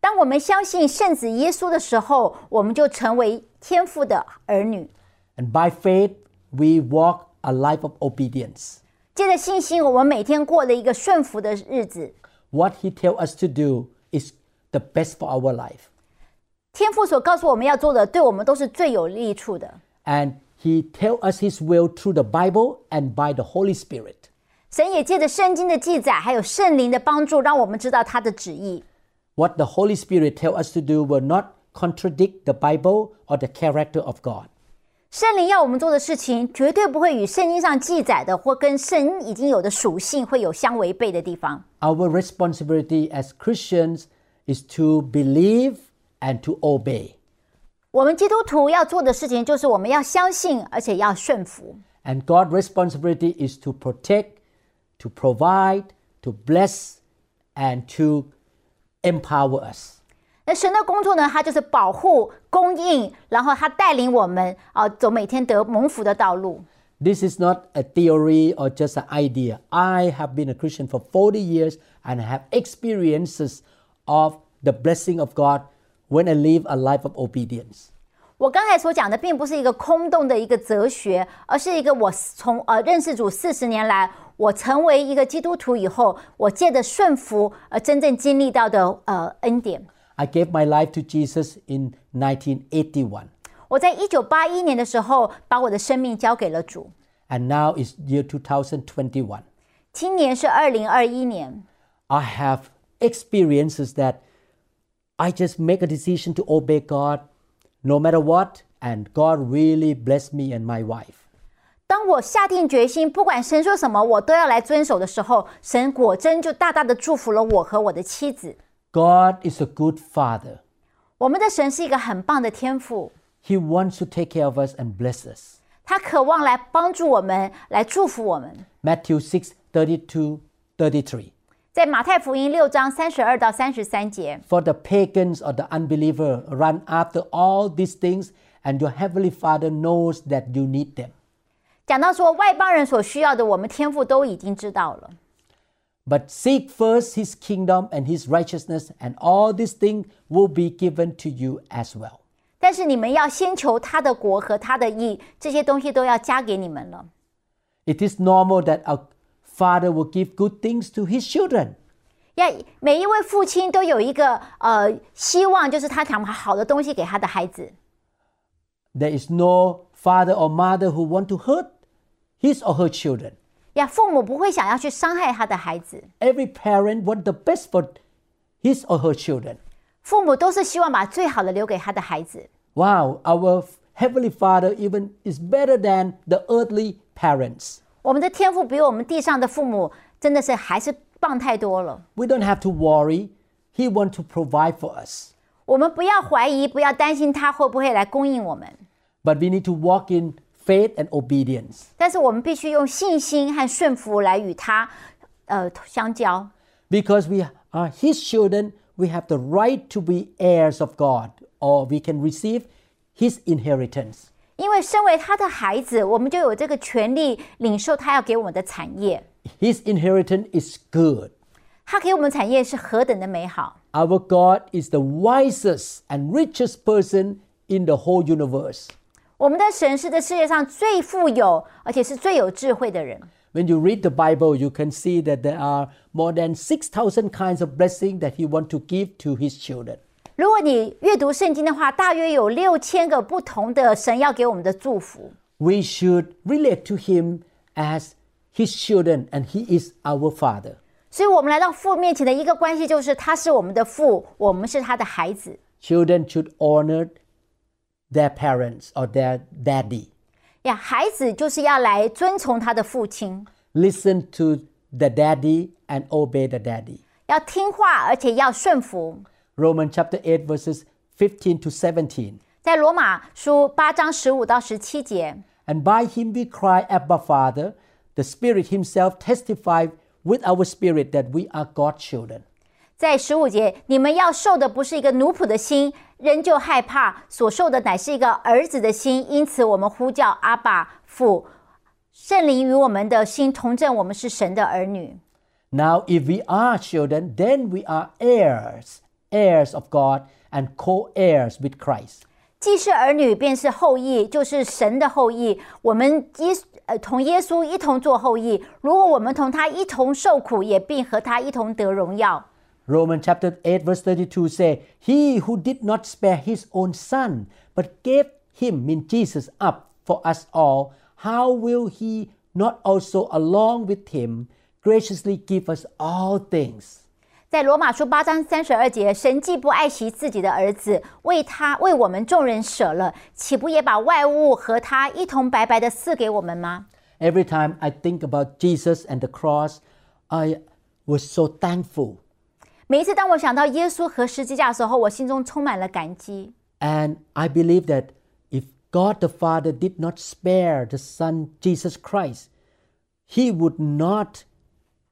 Speaker 1: 当我们相信圣子耶稣的时候，我们就成为天父的儿女。
Speaker 2: And by faith, we walk a life of obedience.
Speaker 1: 借着信心，我们每天过了一个顺服的日子。
Speaker 2: What He tells us to do is the best for our life.
Speaker 1: 天父所告诉我们要做的，对我们都是最有利处的。
Speaker 2: And He tells us His will through the Bible and by the Holy Spirit.
Speaker 1: 神也借着圣经的记载，还有圣灵的帮助，让我们知道他的旨意。
Speaker 2: What the Holy Spirit tells us to do will not contradict the Bible or the character of God.
Speaker 1: 圣灵要我们做的事情，绝对不会与圣经上记载的或跟神已经有的属性会有相违背的地方。
Speaker 2: Our responsibility as Christians is to believe and to obey.
Speaker 1: 我们基督徒要做的事情，就是我们要相信，而且要顺服。
Speaker 2: And God's responsibility is to protect, to provide, to bless, and to empower us.
Speaker 1: 那神的工作呢，他就是保护、供应，然后他带领我们啊、走每天得蒙福的道路。
Speaker 2: This is not a theory or just an idea. I have been a Christian for 40 years and I have experiences of the blessing of God when I live a life of obedience.
Speaker 1: 我刚才所讲的，并不是一个空洞的一个哲学，而是一个我从呃认识主四十年来，我成为一个基督徒以后，我借着顺服而真正经历到的呃恩典。
Speaker 2: I gave my life to Jesus in 1981,
Speaker 1: 我在一九八一年的时候，把我的生命交给了主。
Speaker 2: and now it's year 2021.
Speaker 1: 今年是二零二一年，
Speaker 2: I have experiences that I just make a decision to obey God no matter what, and God really blessed me and my wife.
Speaker 1: 当我下定决心，不管神说什么，我都要来遵守的时候，神果真就大大的祝福了我和我的妻子。
Speaker 2: God is a good father.
Speaker 1: 我们的神是一个很棒的天赋，
Speaker 2: He wants to take care of us and bless us.
Speaker 1: 他渴望来帮助我们，来祝福我们。
Speaker 2: Matthew 6 32 33.
Speaker 1: 在马太福音六章三十二到三十三节，
Speaker 2: For the pagans or the unbeliever run after all these things, and your heavenly Father knows that you need them.
Speaker 1: 讲到说外邦人所需要的，我们天赋都已经知道了。
Speaker 2: But seek first his kingdom and his righteousness, and all these things will be given to you as well.
Speaker 1: 但是你们要先求他的国和他的义，这些东西都要加给你们了。
Speaker 2: It is normal that a father will give good things to his children.
Speaker 1: 要每一位父亲都有一个呃希望，就是他想把好的东西给他的孩子。
Speaker 2: There is no father or mother who want to hurt his or her children.
Speaker 1: 呀，父母不会想要去伤害他的孩子，
Speaker 2: Every parent want the best for his or her children.
Speaker 1: 父母都是希望把最好的留给他的孩子。
Speaker 2: Wow, our heavenly Father even is better than the earthly parents.
Speaker 1: 我们的天赋比我们地上的父母真的是还是棒太多了。
Speaker 2: We don't have to worry. He want to provide for us.
Speaker 1: 我们不要怀疑，不要担心他会不会来供应我们，
Speaker 2: But we need to walk in faith and obedience.
Speaker 1: 但是我们必须用信心和顺服来与他呃相交，
Speaker 2: Because we are his children, we have the right to be heirs of God or we can receive his inheritance.
Speaker 1: 因为身为他的孩子，我们就有这个权利领受他要给我们的产业。
Speaker 2: His inheritance is good.
Speaker 1: 他给我们产业是何等的美好！
Speaker 2: Our God is the wisest and richest person in the whole universe.
Speaker 1: 我们的神是这世界上最富有，而且是最有智慧的人。
Speaker 2: When you read the Bible, you can see that there are more than 6,000 kinds of blessing that he wants to give to his children.
Speaker 1: 如果你阅读圣经的话，大约有六千个不同的神要给我们的祝福。
Speaker 2: We should relate to him as his children and he is our father.
Speaker 1: 所以，我们来到父面前的一个关系就是，他是我们的父，我们是他的孩子。
Speaker 2: Children should honor their parents or their daddy.
Speaker 1: 呀，孩子就是要来遵从他的父亲，
Speaker 2: Listen to the daddy and obey the daddy.
Speaker 1: 要听话，而且要顺服。
Speaker 2: Romans chapter 8 verses 15 to 17.
Speaker 1: 在罗马书八章十五到十七节，
Speaker 2: And by him we cry, Abba, Father. The Spirit himself testifies with our spirit that we are God's children.
Speaker 1: 在十五节，你们要受的不是一个奴仆的心，仍旧害怕，所受的乃是一个儿子的心。因此，我们呼叫阿爸父，圣灵与我们的心同证，我们是神的儿女。
Speaker 2: Now, if we are children, then we are heirs, heirs of God, and co heirs with Christ.
Speaker 1: 既是儿女，便是后裔，就是神的后裔。我们耶呃同耶稣一同做后裔。如果我们同他一同受苦，也必和他一同得荣耀。
Speaker 2: Romans chapter 8, verse 32 say, He who did not spare his own son, but gave him, mean Jesus, up for us all, how will he not also, along with him, graciously give us all things?
Speaker 1: 在罗马书八章三十二节，神既不爱惜自己的儿子，为他为我们众人舍了，岂不也把外物和他一同白白的赐给我们吗？
Speaker 2: Every time I think about Jesus and the cross, I was so thankful.
Speaker 1: 每一次当我想到耶稣和十字架的时候，我心中充满了感激。
Speaker 2: And I believe that if God the Father did not spare the Son Jesus Christ, He would not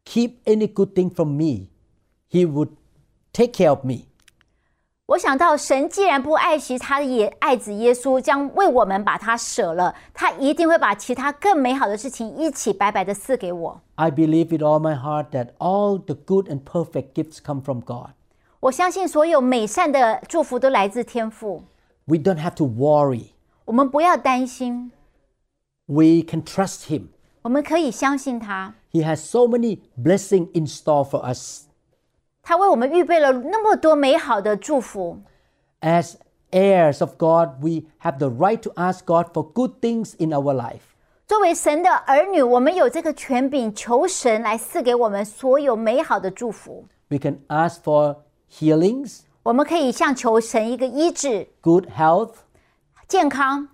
Speaker 2: keep any good thing from me. He would take care of me.
Speaker 1: 我想到神既然不爱惜他的也爱子耶稣，将为我们把他舍了，他一定会把其他更美好的事情一起白白的赐给我。
Speaker 2: I believe with all my heart that all the good and perfect gifts come from God.
Speaker 1: 我相信所有美善的祝福都来自天父，
Speaker 2: We don't have to worry.
Speaker 1: 我们不要担心，
Speaker 2: We can trust Him.
Speaker 1: 我们可以相信他。
Speaker 2: He has so many blessings in store for us.
Speaker 1: 他为我们预备了那么多美好的祝福。
Speaker 2: As heirs of God, we have the right to ask God for good things in our life.
Speaker 1: 作为神的儿女，我们有这个权柄，求神来赐给我们所有美好的祝福。
Speaker 2: We can ask for healings,
Speaker 1: 我们可以向求神一个医治、
Speaker 2: good health,
Speaker 1: 健康，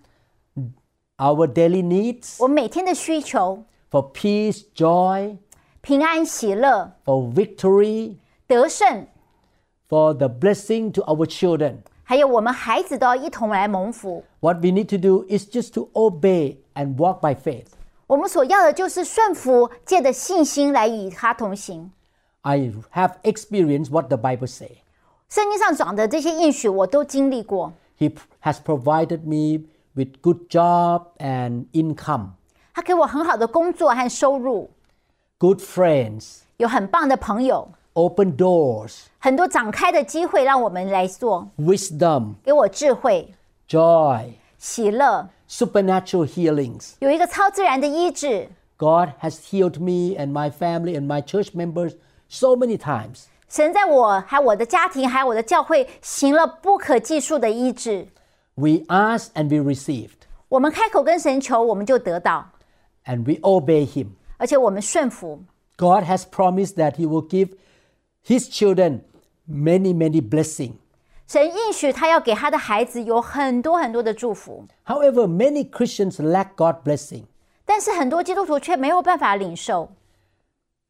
Speaker 2: our daily needs,
Speaker 1: 我们每天的需求、
Speaker 2: for peace, joy,
Speaker 1: 平安、喜乐、
Speaker 2: for victory,
Speaker 1: 得胜，
Speaker 2: for the blessing to our children.
Speaker 1: 还有我们孩子都要一同来蒙福。
Speaker 2: What we need to do is just to obey and walk by faith.
Speaker 1: 我们所要的就是顺服，借着信心来与他同行。
Speaker 2: I have experienced what the Bible says.
Speaker 1: 圣经上讲的这些应许，我都经历过。
Speaker 2: He p- has provided me with good job and income,
Speaker 1: 他给我很好的工作和收入，
Speaker 2: good friends,
Speaker 1: 有很棒的朋友，
Speaker 2: open doors,
Speaker 1: 很多展开的机会让我们来做，
Speaker 2: wisdom,
Speaker 1: 给我智慧、
Speaker 2: joy,
Speaker 1: 喜乐，
Speaker 2: supernatural healings.
Speaker 1: 有一个超自然的医治。
Speaker 2: God has healed me and my family and my church members so many times.
Speaker 1: 神在我还有我的家庭还有我的教会行了不可计数的医治。
Speaker 2: We asked and we received,
Speaker 1: 我们开口跟神求，我们就得到，
Speaker 2: and we obey Him.
Speaker 1: 而且我们顺服。
Speaker 2: God has promised that He will give His children many, many blessings.
Speaker 1: 神应许他要给他的孩子有很多很多的祝福，
Speaker 2: However, many Christians lack God's blessing.
Speaker 1: 但是很多基督徒却没有办法领受。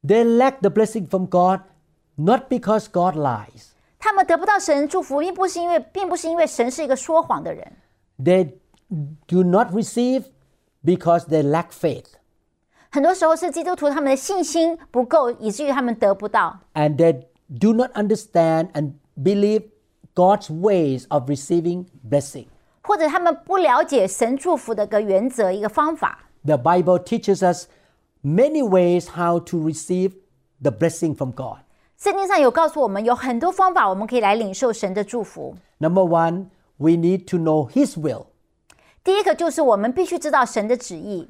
Speaker 2: They lack the blessing from God not because God lies.
Speaker 1: 他们得不到神祝福，并不是因为，并不是因为神是一个说谎的人。
Speaker 2: They do not receive because they lack faith.
Speaker 1: 很多时候是基督徒他们的信心不够，以至于他们得不到。
Speaker 2: and they do not understand and believe God's ways of receiving blessing.
Speaker 1: 或者他们不了解神祝福的一个原则、一个方法。
Speaker 2: The Bible teaches us many ways how to receive the blessing from God.
Speaker 1: 圣经上有告诉我们，有很多方法我们可以来领受神的祝福。
Speaker 2: Number one, we need to know His will
Speaker 1: 第一个就是我们必须知道神的旨意，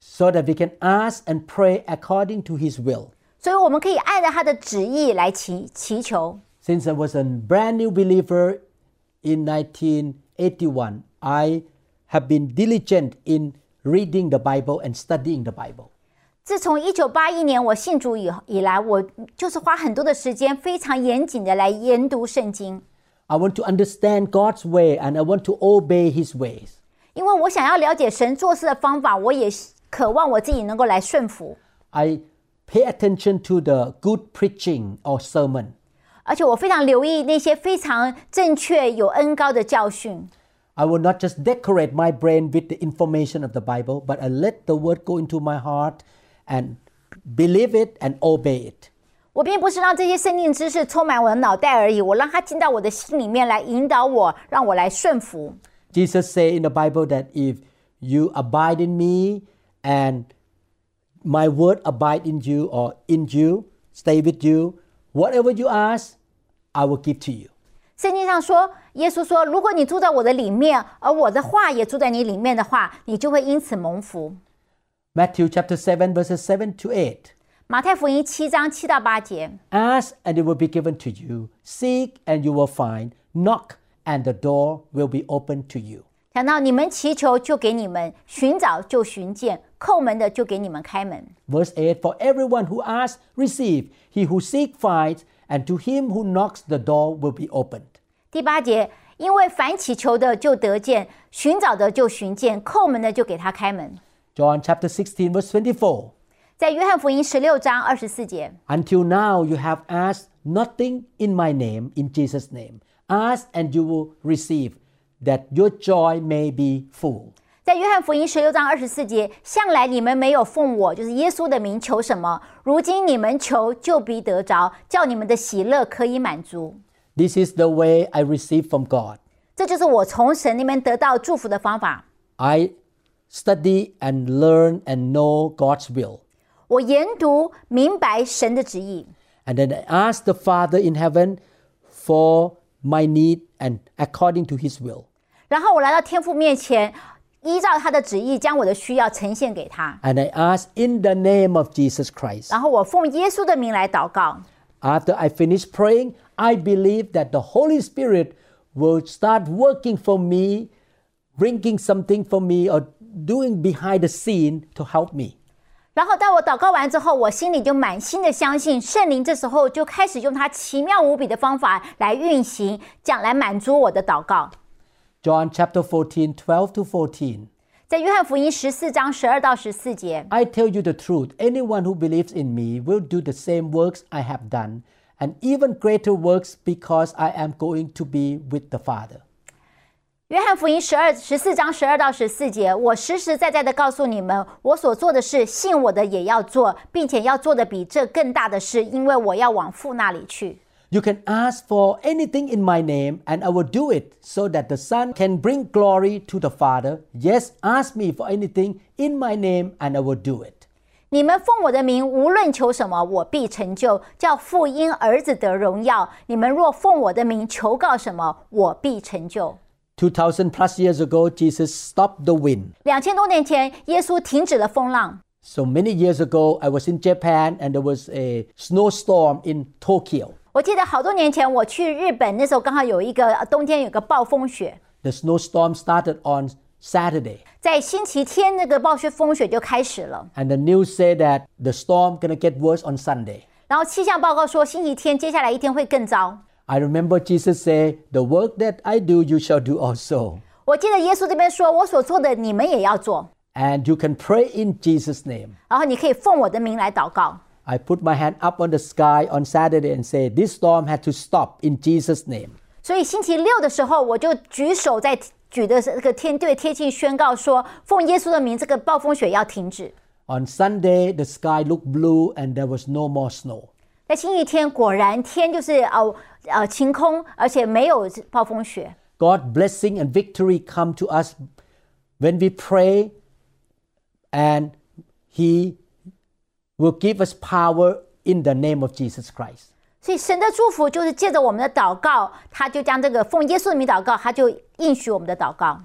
Speaker 2: so that we can ask and pray according to His will.
Speaker 1: 所以我们可以按照他的旨意来祈祈求。
Speaker 2: Since I was a brand new believer in 1981, I have been diligent in reading the Bible and studying the Bible.
Speaker 1: 自从一九八一年我信主以以来，我就是花很多的时间，非常严谨的来研读圣经，
Speaker 2: I want to understand God's way and I want to obey His ways.
Speaker 1: 因为我想要了解神做事的方法，我也渴望我自己能够来顺服，
Speaker 2: I pay attention to the good preaching or sermon.
Speaker 1: 而且我非常留意那些非常正确、有恩高的教训。
Speaker 2: I will not just decorate my brain with the information of the Bible, but I let the word go into my heart and believe it and obey it.
Speaker 1: 我并不是让这些圣经知识充满我的脑袋而已，我让它进到我的心里面来引导我，让我来顺服。
Speaker 2: Jesus said in the Bible that if you abide in me and my word abide in you or in you, stay with you, whatever you ask, I will give to you.
Speaker 1: 圣经上说，耶稣说：“如果你住在我的里面，而我的话也住在你里面的话，你就会因此蒙福。
Speaker 2: Matthew chapter 7 verses 7 to 8. ”
Speaker 1: 马太福音七章七到八节，
Speaker 2: Ask and it will be given to you. Seek and you will find. Knock and the door will be opened to you.
Speaker 1: 讲到你们祈求就给你们，寻找就寻见，叩门的就给你们开门。
Speaker 2: Verse 8 For everyone who asks, receive. He who seeks, finds. And to him who knocks, the door will be opened.
Speaker 1: 第八节，因为凡祈求的就得见，寻找的就寻见，叩门的就给他开门。
Speaker 2: John chapter 16, verse 24.
Speaker 1: 在约翰福音十六章二十四节，
Speaker 2: Until now you have asked nothing in my name, in Jesus' name. Ask and you will receive, that your joy may be full.
Speaker 1: 在约翰福音十六章二十四节，向来你们没有奉我，就是耶稣的名求什么，如今你们求就必得着，叫你们的喜乐可以满足。
Speaker 2: This is the way I receive from God.
Speaker 1: 这就是我从神那边得到祝福的方法。
Speaker 2: I study and learn and know God's will.
Speaker 1: 我研读明白神的旨意，
Speaker 2: And then I ask the Father in heaven for my need and according to his will.
Speaker 1: 然后我来到天父面前，依照他的旨意将我的需要呈现给他。
Speaker 2: And I ask in the name of Jesus Christ.
Speaker 1: 然后我奉耶稣的名来祷告。
Speaker 2: After I finish praying, I believe that the Holy Spirit will start working for me, bringing something for me, or doing behind the scene to help me.
Speaker 1: 然后当我祷告完之后，我心里就满心的相信圣灵，这时候就开始用他奇妙无比的方法来运行，讲来满足我的祷告。
Speaker 2: John chapter 14, 12 to 14.
Speaker 1: 在约翰福音十四章十二到十四节，
Speaker 2: I tell you the truth, anyone who believes in me will do the same works I have done, and even greater works because I am going to be with the Father.
Speaker 1: 约翰福音十二十四章十二到十四节，我实实在在的告诉你们，我所做的事，信我的也要做，并且要做的比这更大的事，因为我要往父那里去。
Speaker 2: You can ask for anything in my name, and I will do it so that the Son can bring glory to the Father. Yes, ask me for anything in my name, and I will do it.
Speaker 1: 你们奉我的名无论求什么，我必成就，叫父因儿子得荣耀。你们若奉我的名求告什么，我必成就。
Speaker 2: 2000 plus years ago, Jesus stopped the wind.
Speaker 1: 两千多年前，耶稣停止了风浪。
Speaker 2: So many years ago, I was in Japan, and there was a snowstorm in Tokyo.
Speaker 1: 我记得好多年前我去日本，那时候刚好有一个呃冬天有个暴风雪，
Speaker 2: The snowstorm started on Saturday,
Speaker 1: 在星期天那个暴雪风雪就开始了。
Speaker 2: and the news said that the storm gonna get worse on Sunday.
Speaker 1: 然后气象报告说，星期天接下来一天会更糟。
Speaker 2: I remember Jesus say, "The work that I do, you shall do also."
Speaker 1: 我记得耶稣这边说：“我所做的，你们也要做。
Speaker 2: And you can pray in Jesus' name. ”
Speaker 1: 然后你可以奉我的名来祷告。
Speaker 2: I put my hand up on the sky on Saturday and say, "This storm had to stop in Jesus' name."
Speaker 1: 所以星期六的时候，我就举手在举的这个天对天气宣告说：“奉耶稣的名，这个暴风雪要停止。
Speaker 2: On Sunday, the sky looked blue and there was no more snow. ”
Speaker 1: 在星期天，果然天就是呃呃晴空，而且没有呃暴风雪。
Speaker 2: God blessing and victory come to us when we pray and he will give us power in the name of Jesus Christ.
Speaker 1: 所以神的祝福就是借着我们的祷告，他就将这个奉耶稣的名祷告，他就应许我们的祷告。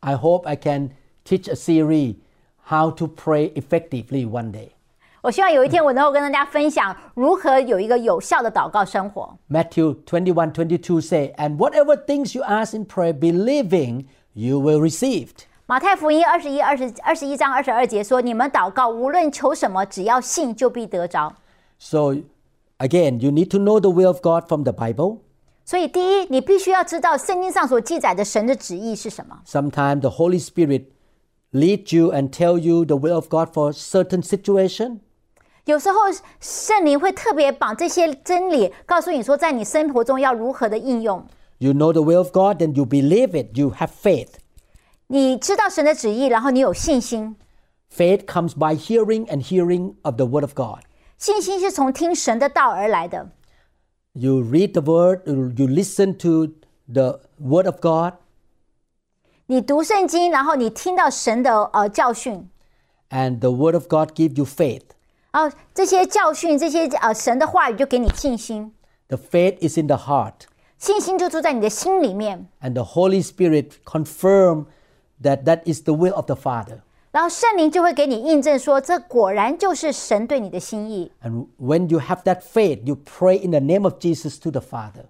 Speaker 2: I hope I can teach a series how to pray effectively one day.
Speaker 1: 我希望有一天我能够跟大家分享如何有一个有效的祷告生活。
Speaker 2: Matthew 21, 22 say, And whatever things you ask in prayer, believing, you will receive.
Speaker 1: 马太福音二十一、二十二十一章二十二节说：“你们祷告，无论求什么，只要信，就必得着。
Speaker 2: So again, you need to know the will of God from the Bible. ”
Speaker 1: 所以，第一，你必须要知道圣经上所记载的神的旨意是什么。
Speaker 2: Sometimes the Holy Spirit leads you and tell you the will of God for a certain situation.
Speaker 1: 有时候，圣灵会特别把这些真理告诉你说，在你生活中要如何的应用。
Speaker 2: You know the will of God, then you believe it. You have faith.
Speaker 1: 你知道神的旨意，然后你有信心。
Speaker 2: Faith comes by hearing and hearing of the Word of God.
Speaker 1: 信心是从听神的道而来的。
Speaker 2: You read the Word, you you listen to the Word of God,
Speaker 1: 你读圣经，然后你听到神的呃教训，
Speaker 2: and the Word of God gives you faith.
Speaker 1: 然后这些教训，这些呃神的话语就给你信心，
Speaker 2: The faith is in the heart,
Speaker 1: 信心就住在你的心里面。
Speaker 2: and the Holy Spirit confirm that that is the will of the Father.
Speaker 1: 然后圣灵就会给你印证说，这果然就是神对你的心意。
Speaker 2: And when you have that faith, you pray in the name of Jesus to the Father.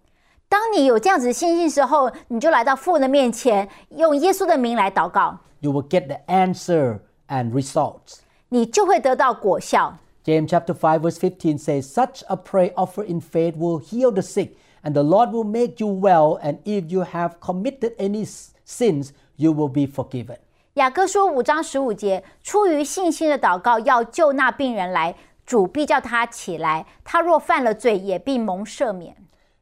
Speaker 1: 当你有这样子的信心时候，你就来到父的面前，用耶稣的名来祷告，
Speaker 2: you will get the answer and results.
Speaker 1: 你就会得到果效。
Speaker 2: James chapter 5 verse 15 says, Such a prayer offered in faith will heal the sick, and the Lord will make you well, and if you have committed any s- sins, you will be forgiven.
Speaker 1: 雅各书五章十五节，出于信心的祷告要救那病人来，主必叫他起来。他若犯了罪，也必蒙赦免。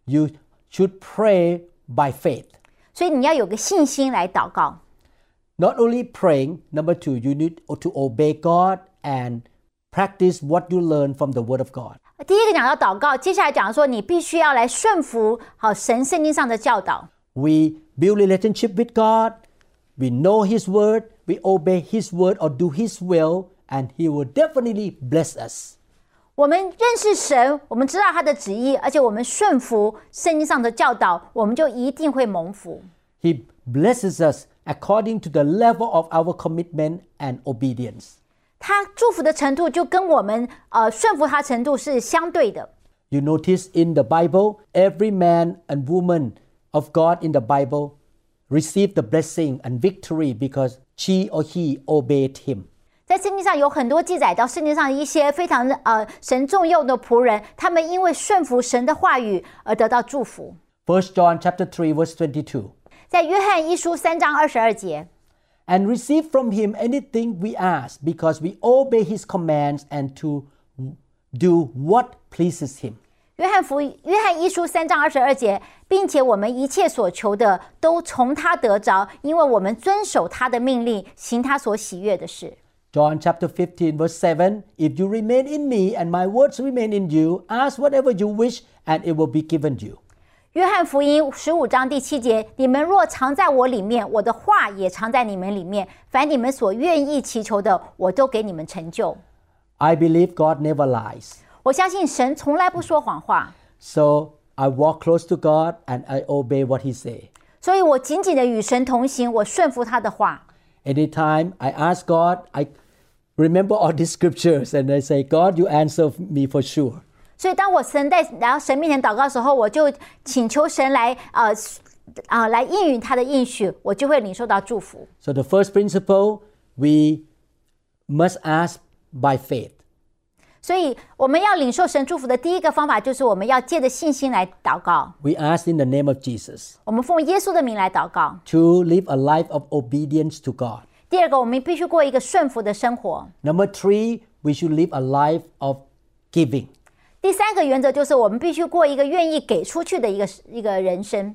Speaker 2: You should pray by faith.
Speaker 1: 所以你要有个信心来祷告。
Speaker 2: Not only praying, number two, you need to obey God and practice what you learn from the Word of God.
Speaker 1: 第一个讲到祷告，接下来讲说你必须要来顺服好神圣经上的教导。
Speaker 2: We build relationship with God. We know His word. We obey His word or do His will, and He will definitely bless us.
Speaker 1: 我们认识神，我们知道他的旨意，而且我们顺服圣经上的教导，我们就一定会蒙福。
Speaker 2: He blesses us according to the level of our commitment and obedience.
Speaker 1: 他祝福的程度就跟我们呃顺服他程度是相对的。
Speaker 2: You notice in the Bible, every man and woman of God in the Bible received the blessing and victory because she or he obeyed Him.
Speaker 1: 在圣经上有很多记载到圣经上一些非常呃神重用的仆人，他们因为顺服神的话语而得到祝福。
Speaker 2: First John chapter 3 verse 22.
Speaker 1: 在约翰一书三章二十二节，
Speaker 2: and receive from him anything we ask because we obey his commands and to do what pleases him.
Speaker 1: 约翰福音约翰一书三章二十二节，并且我们一切所求的都从他得着，因为我们遵守他的命令，行他所喜悦的事。
Speaker 2: John chapter 15 verse 7 If you remain in me and my words remain in you, ask whatever you wish and it will be given you.
Speaker 1: 约翰福音十五章第七节：你们若藏在我里面，我的话也藏在你们里面。凡你们所愿意祈求的，我都给你们成就。
Speaker 2: I believe God never lies.
Speaker 1: 我相信神从来不说谎话，
Speaker 2: So I walk close to God and I obey what he say.
Speaker 1: 所以我紧紧的与神同行，我顺服他的话。
Speaker 2: Anytime I ask God, I remember all these [LAUGHS] scriptures and I say, God, you answer me for sure.
Speaker 1: 所以，当我神在来到神面前祷告的时候，我就请求神来呃啊、来应允他的应许，我就会领受到祝福。
Speaker 2: So the first principle we must ask by faith.
Speaker 1: 所以我们要领受神祝福的第一个方法，就是我们要借着信心来祷告。
Speaker 2: We ask in the name of Jesus
Speaker 1: 我们奉耶稣的名来祷告。
Speaker 2: to live a life of obedience to God.
Speaker 1: 第二个，我们必须过一个顺服的生活。
Speaker 2: Number three, we should live a life of giving.
Speaker 1: 第三个原则就是我们必须过一个愿意给出去的一个一个人生。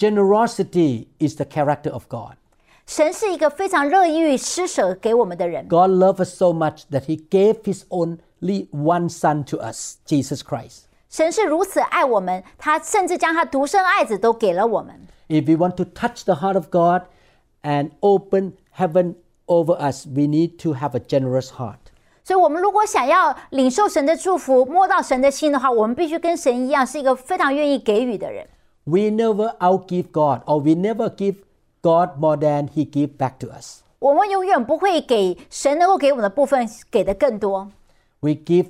Speaker 2: Generosity is the character of God.
Speaker 1: 神是一个非常乐于施舍给我们的人，
Speaker 2: God loved us so much that He gave His only one Son to us, Jesus Christ.
Speaker 1: 神是如此爱我们，他甚至将他独生爱子都给了我们。
Speaker 2: If we want to touch the heart of God and open heaven over us, we need to have a generous heart.
Speaker 1: 所以，我们如果想要领受神的祝福，摸到神的心的话，我们必须跟神一样，是一个非常愿意给予的人。
Speaker 2: We never outgive God, or we never give God more than He gives back to us.
Speaker 1: 我们永远不会给神能够给我们的部分给的更多。
Speaker 2: We give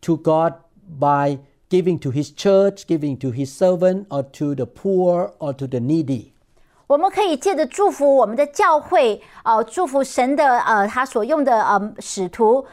Speaker 2: to God by giving to His church, giving to His servant, or to the poor, or to the needy.
Speaker 1: 我们可以借着祝福我们的教会，呃，祝福神的呃他所用的呃使徒，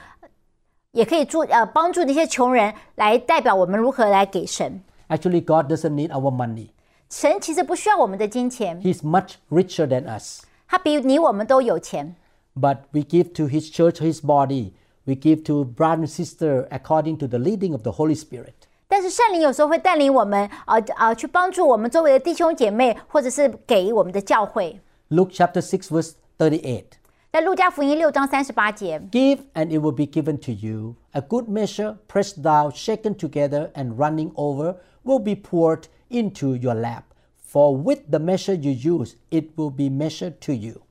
Speaker 1: 也可以助呃帮助那些穷人，来代表我们如何来给神。
Speaker 2: Actually, God doesn't need our money.
Speaker 1: 神其实不需要我们的金钱，
Speaker 2: He's much richer than us.
Speaker 1: 他比你我们都有钱。
Speaker 2: But we give to His church, His body. We give to brother and sister according to the leading of the Holy Spirit.
Speaker 1: 但是圣灵有时候会带领我们，呃呃，去帮助我们周围的弟兄姐妹，或者是给我们的教会。
Speaker 2: Luke chapter 6, verse 38.
Speaker 1: 在路加福音六章三十八节，
Speaker 2: Give, and it will be given to you. A good measure, pressed down, shaken together, and running over, will be poured into your lap. For with the measure you use, it will be measured to you.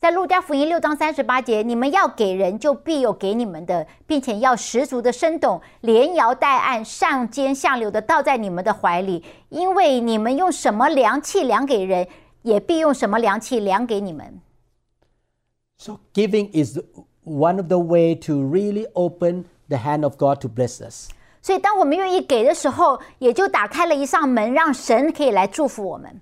Speaker 1: 在路加福音六章三十八节，你们要给人，就必有给你们的，并且要十足的生动，连摇带按，上尖下流的倒在你们的怀里，因为你们用什么量器量给人，也必用什么量器量给你们。
Speaker 2: So giving is one of the way to really open the hand of God to bless us.
Speaker 1: 所以，当我们愿意给的时候，也就打开了一扇门，让神可以来祝福我们。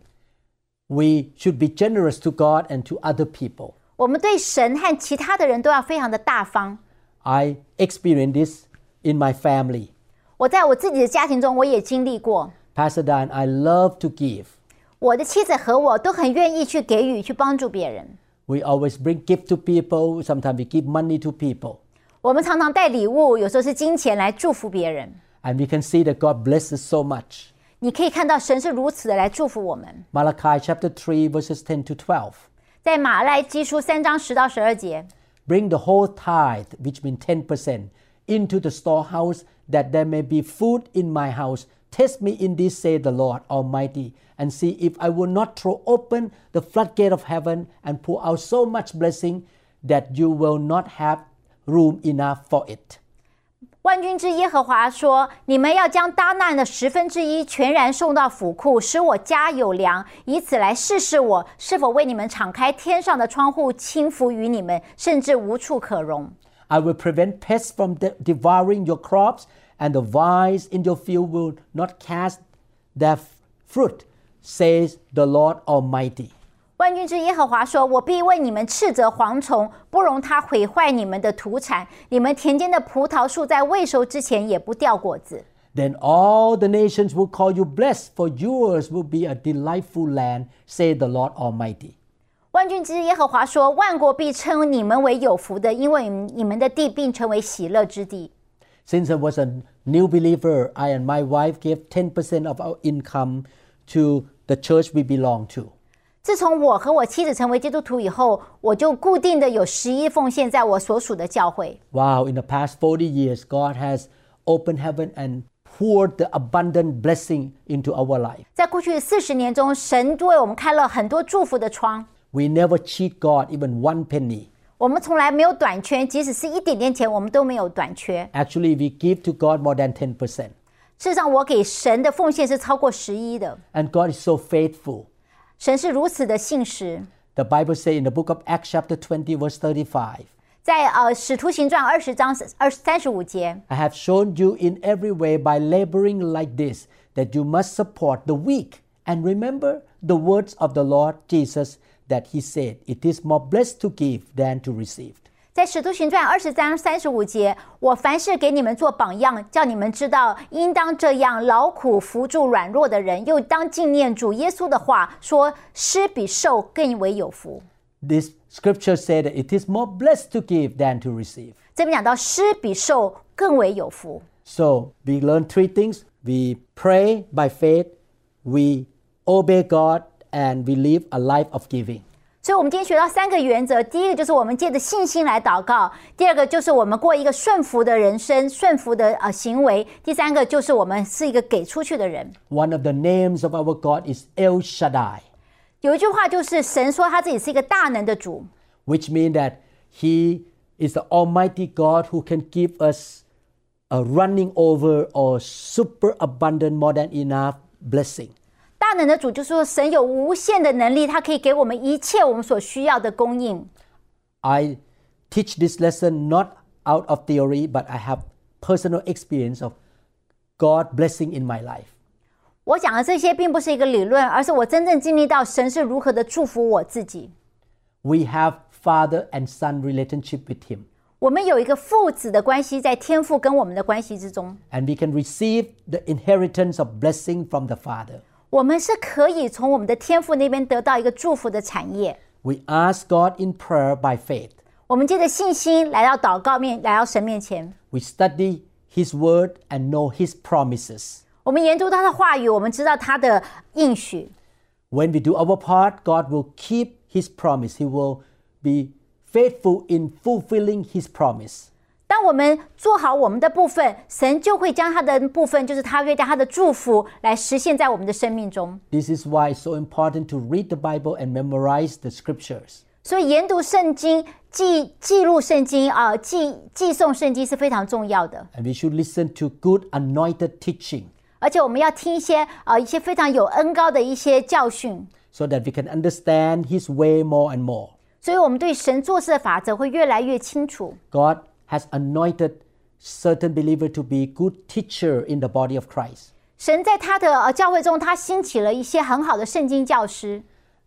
Speaker 2: We should be generous to God and to other people.
Speaker 1: 我们对神和其他的人都要非常的大方。
Speaker 2: I experienced this in my family.
Speaker 1: 我在我自己的家庭中，我也经历过，
Speaker 2: Pastor Dan, I love to give.
Speaker 1: 我的妻子和我都很愿意去给予，去帮助别人。
Speaker 2: We always bring gift to people. Sometimes we give money to people.
Speaker 1: 我们常常带礼物，有时候是金钱来祝福别人。
Speaker 2: And we can see that God blesses so much.
Speaker 1: 你可以看到神是如此的来祝福我们。
Speaker 2: Malachi chapter 3, verses 10 to 12.
Speaker 1: 在马来基书三章十到十二节，
Speaker 2: Bring the whole tithe, which means 10%, into the storehouse, that there may be food in my house. Test me in this, say the Lord Almighty, and see if I will not throw open the floodgate of heaven and pour out so much blessing that you will not have room enough for it.
Speaker 1: 万军之耶和华说：“你们要将搭难的十分之一全然送到府库，使我家有粮，以此来试试我是否为你们敞开天上的窗户，轻浮于你们，甚至无处可容。
Speaker 2: I will prevent pests from de- devouring your crops, and the vines in your field will not cast their f- fruit, says the Lord Almighty. ”
Speaker 1: 万军之耶和华说：“我必为你们斥责蝗虫，不容它毁坏你们的土产。你们田间的葡萄树在未熟之前也不掉果子。
Speaker 2: Then all the nations will call you blessed, for yours will be a delightful land, says the Lord Almighty. ”
Speaker 1: 万军之耶和华说：“万国必称你们为有福的，因为你们的地并成为喜乐之地。”
Speaker 2: Since I was a new believer, I and my wife gave 10% of our income to the church we belong to.
Speaker 1: 自从我和我妻子成为基督徒以后，我就固定的有十一奉献在我所属的教会。
Speaker 2: Wow, in the past 40 years, God has opened heaven and poured the abundant blessing into our life.
Speaker 1: 在过去四十年中，神为我们开了很多祝福的窗，
Speaker 2: We never cheat God even one penny.
Speaker 1: 我们从来没有短缺，即使是一点点钱，我们都没有短缺。
Speaker 2: Actually, we give to God more than 10%.
Speaker 1: 事实上，我给神的奉献是超过十一的，
Speaker 2: And God is so faithful.
Speaker 1: 神是如此的信实。
Speaker 2: The Bible says in the book of Acts, chapter 20, verse 35,
Speaker 1: 在呃《使徒行传》二十章二三十五节，
Speaker 2: I have shown you in every way by laboring like this that you must support the weak and remember the words of the Lord Jesus that he said, It is more blessed to give than to receive.
Speaker 1: 在《使徒行传》二十章三十五节，我凡事给你们做榜样，叫你们知道应当这样劳苦扶助软弱的人，又当纪念主耶稣的话，说施比受更为有福。
Speaker 2: This scripture said, that It is more blessed to give than to receive.
Speaker 1: 这边讲到施比受更为有福，
Speaker 2: So we learn three things we pray by faith, we obey God, and we live a life of giving.
Speaker 1: 所以我们今天学到三个原则，第一个就是我们借着信心来祷告，第二个就是我们过一个顺服的人生、顺服的呃行为，第三个就是我们是一个给出去的人。
Speaker 2: One of the names of our God is El Shaddai,
Speaker 1: 有一句话就是神说他自己是一个大能的主，
Speaker 2: which means that He is the Almighty God who can give us a running over or super abundant, more than enough blessing.
Speaker 1: 大能的主就是说神有无限的能力，他可以给我们一切我们所需要的供应。
Speaker 2: I teach this lesson not out of theory, but I have personal experience of God blessing in my life.
Speaker 1: 我讲的这些并不是一个理论，而是我真正经历到神是如何的祝福我自己。
Speaker 2: we have father and son relationship with him
Speaker 1: 我们有一个父子的关系，在天父跟我们的关系之中，
Speaker 2: and we can receive the inheritance of blessing from the father
Speaker 1: 我们是可以从我们的天父那边得到一个祝福的产业。
Speaker 2: we ask god in prayer by faith
Speaker 1: 我们借着信心来到祷告面，来到神面前，
Speaker 2: we study his word and know his promises
Speaker 1: 我们研读他的话语，我们知道他的应许。
Speaker 2: when we do our part god will keep his promise he will be faithful in fulfilling his promise
Speaker 1: 当我们做好我们的部分，神就会将他的部分，就是他会将他的祝福来实现在我们的生命中。
Speaker 2: this is why it's so important to read the bible and memorize the scriptures
Speaker 1: 所以研读圣经、记记录圣经啊、记记诵圣经是非常重要的。
Speaker 2: and we should listen to good anointed teaching
Speaker 1: 而且我们要听一些啊、一些非常有恩高的一些教训，
Speaker 2: so that we can understand his way more and more
Speaker 1: 所以我们对神做事的法则会越来越清楚。
Speaker 2: God has anointed certain believer to be good teacher in the body of Christ.
Speaker 1: 神在他的呃教会中，他兴起了一些很好的圣经教师。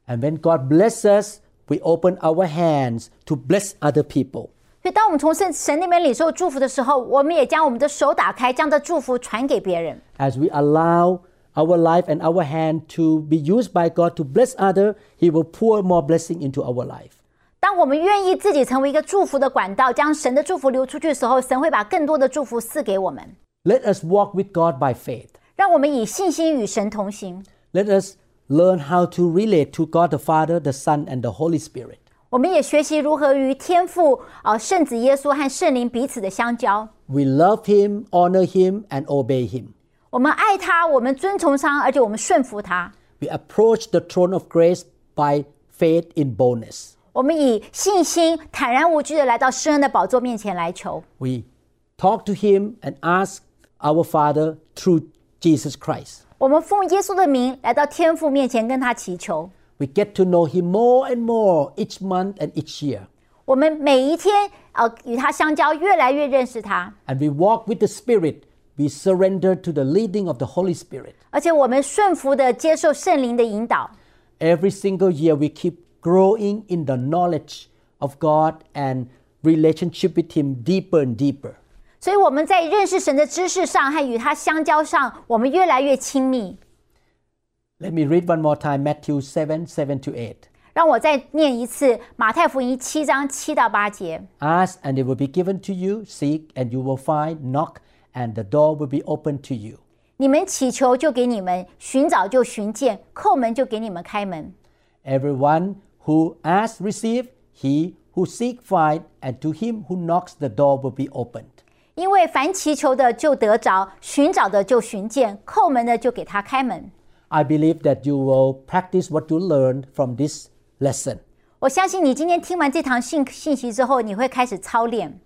Speaker 2: And when God blesses us, we open our hands to bless other people.
Speaker 1: 所以，当我们从神神那边领受祝福的时候，我们也将我们的手打开，将这祝福传给别人。
Speaker 2: As we allow our life and our hand to be used by God to bless other, he will pour more blessing into our life.
Speaker 1: 当我们愿意自己成为一个祝福的管道，将神的祝福流出去的时候，神会把更多的祝福赐给我们。
Speaker 2: Let us walk with God by faith.
Speaker 1: 让我们以信心与神同行。
Speaker 2: Let us learn how to relate to God the Father, the Son, and the Holy Spirit.
Speaker 1: 我们也学习如何与天父、呃圣子耶稣和圣灵彼此的相交。
Speaker 2: We love him, honor him, and obey him.
Speaker 1: 我们爱他，我们遵从他，而且我们顺服他。
Speaker 2: We approach the throne of grace by faith in boldness.
Speaker 1: 我们以信心坦然无惧的来到施恩的宝座面前来求。
Speaker 2: We talk to Him and ask our Father through Jesus Christ.
Speaker 1: 我们奉耶稣的名来到天父面前跟他祈求。
Speaker 2: We get to know Him more and more each month and each year.
Speaker 1: 我们每一天呃与他相交，越来越认识他，
Speaker 2: And we walk with the Spirit. We surrender to the leading of the Holy Spirit.
Speaker 1: 而且我们顺服的接受圣灵的引导。
Speaker 2: Every single year, we keep growing in the knowledge of God and relationship with Him deeper and deeper.
Speaker 1: 所以我们在认识神的知识上和与他相交上，我们越来越亲密。
Speaker 2: Let me read one more time Matthew 7 7 to 8.
Speaker 1: 让我再念一次《马太福音》七章七到八节。
Speaker 2: Ask and it will be given to you. Seek and you will find. Knock and the door will be opened to you.
Speaker 1: 你们祈求就给你们，寻找就寻见，叩门就给你们开门。
Speaker 2: Everyone who asks receive. He who seek find. And to him who knocks the door will be opened.
Speaker 1: 因为凡祈求的就得着，寻找的就寻见，叩门的就给他开门。
Speaker 2: I believe that you will practice what you learned from this lesson.
Speaker 1: 我相信你今天听完这堂信信息之后，你会开始操练。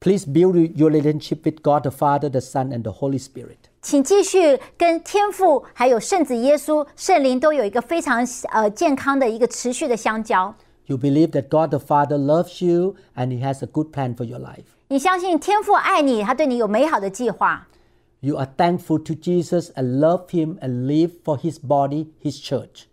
Speaker 2: Please build your relationship with God the Father, the Son, and the Holy Spirit.
Speaker 1: 请继续跟天父、还有圣子耶稣、圣灵都有一个非常呃健康的一个持续的相交。
Speaker 2: You believe that God the Father loves you and He has a good plan for your life.
Speaker 1: 你相信天父爱你，他对你有美好的计划。
Speaker 2: You are thankful to Jesus and love Him and live for His body, His church.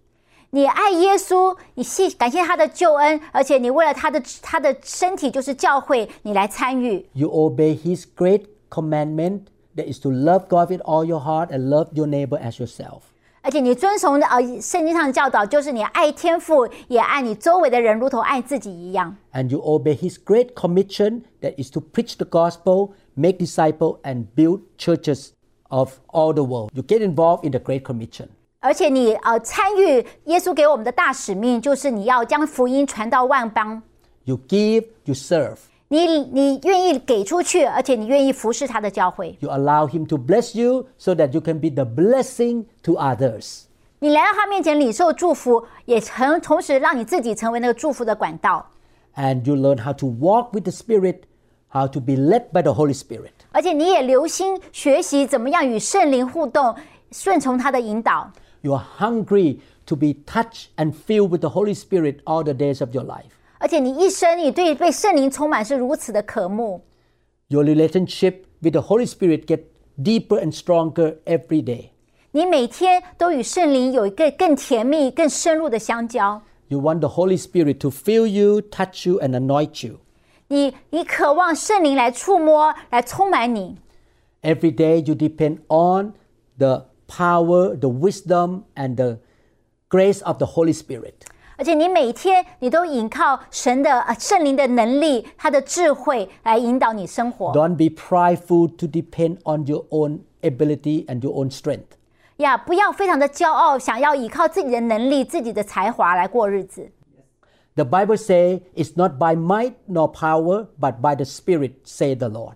Speaker 1: 你爱耶稣，你谢感谢他的救恩，而且你为了他的他的身体就是教会，你来参与，
Speaker 2: You obey His great commandment that is to love God with all your heart and love your neighbor as yourself.
Speaker 1: 而且你遵从呃圣经上的教导，就是你爱天父，也爱你周围的人，如同爱自己一样。
Speaker 2: And you obey His great commission that is to preach the gospel, make disciples, and build churches of all the world. You get involved in the great commission.
Speaker 1: 而且你呃参与耶稣给我们的大使命，就是你要将福音传到万邦。
Speaker 2: You give, you serve.
Speaker 1: 你你愿意给出去，而且你愿意服侍他的教会，
Speaker 2: You allow Him to bless you so that you can be the blessing to others.
Speaker 1: 你来到他面前领受祝福，也成同时让你自己成为那个祝福的管道。
Speaker 2: And you learn how to walk with the Spirit, how to be led by the Holy Spirit.
Speaker 1: 而且你也留心学习怎么样与圣灵互动，顺从他的引导。
Speaker 2: You are hungry to be touched and filled with the Holy Spirit all the days of your life.
Speaker 1: 而且你一生你对被圣灵充满是如此的渴慕，
Speaker 2: Your relationship with the Holy Spirit get deeper and stronger every day.
Speaker 1: 你每天都与圣灵有一个更甜蜜、更深入的相交。
Speaker 2: You want the Holy Spirit to fill you, touch you, and anoint you.
Speaker 1: 你你渴望圣灵来触摸，来充满你。
Speaker 2: Every day you depend on the power, the wisdom, and the grace of the Holy Spirit.
Speaker 1: 而且你每天你都倚靠神的呃圣灵的能力，他的智慧来引导你生活
Speaker 2: Don't be prideful to depend on your own ability and your own strength.
Speaker 1: 呀不要非常的骄傲，想要倚靠自己的能力、自己的才华来过日子。
Speaker 2: The Bible says, It's not by might nor power, but by the Spirit, say the Lord.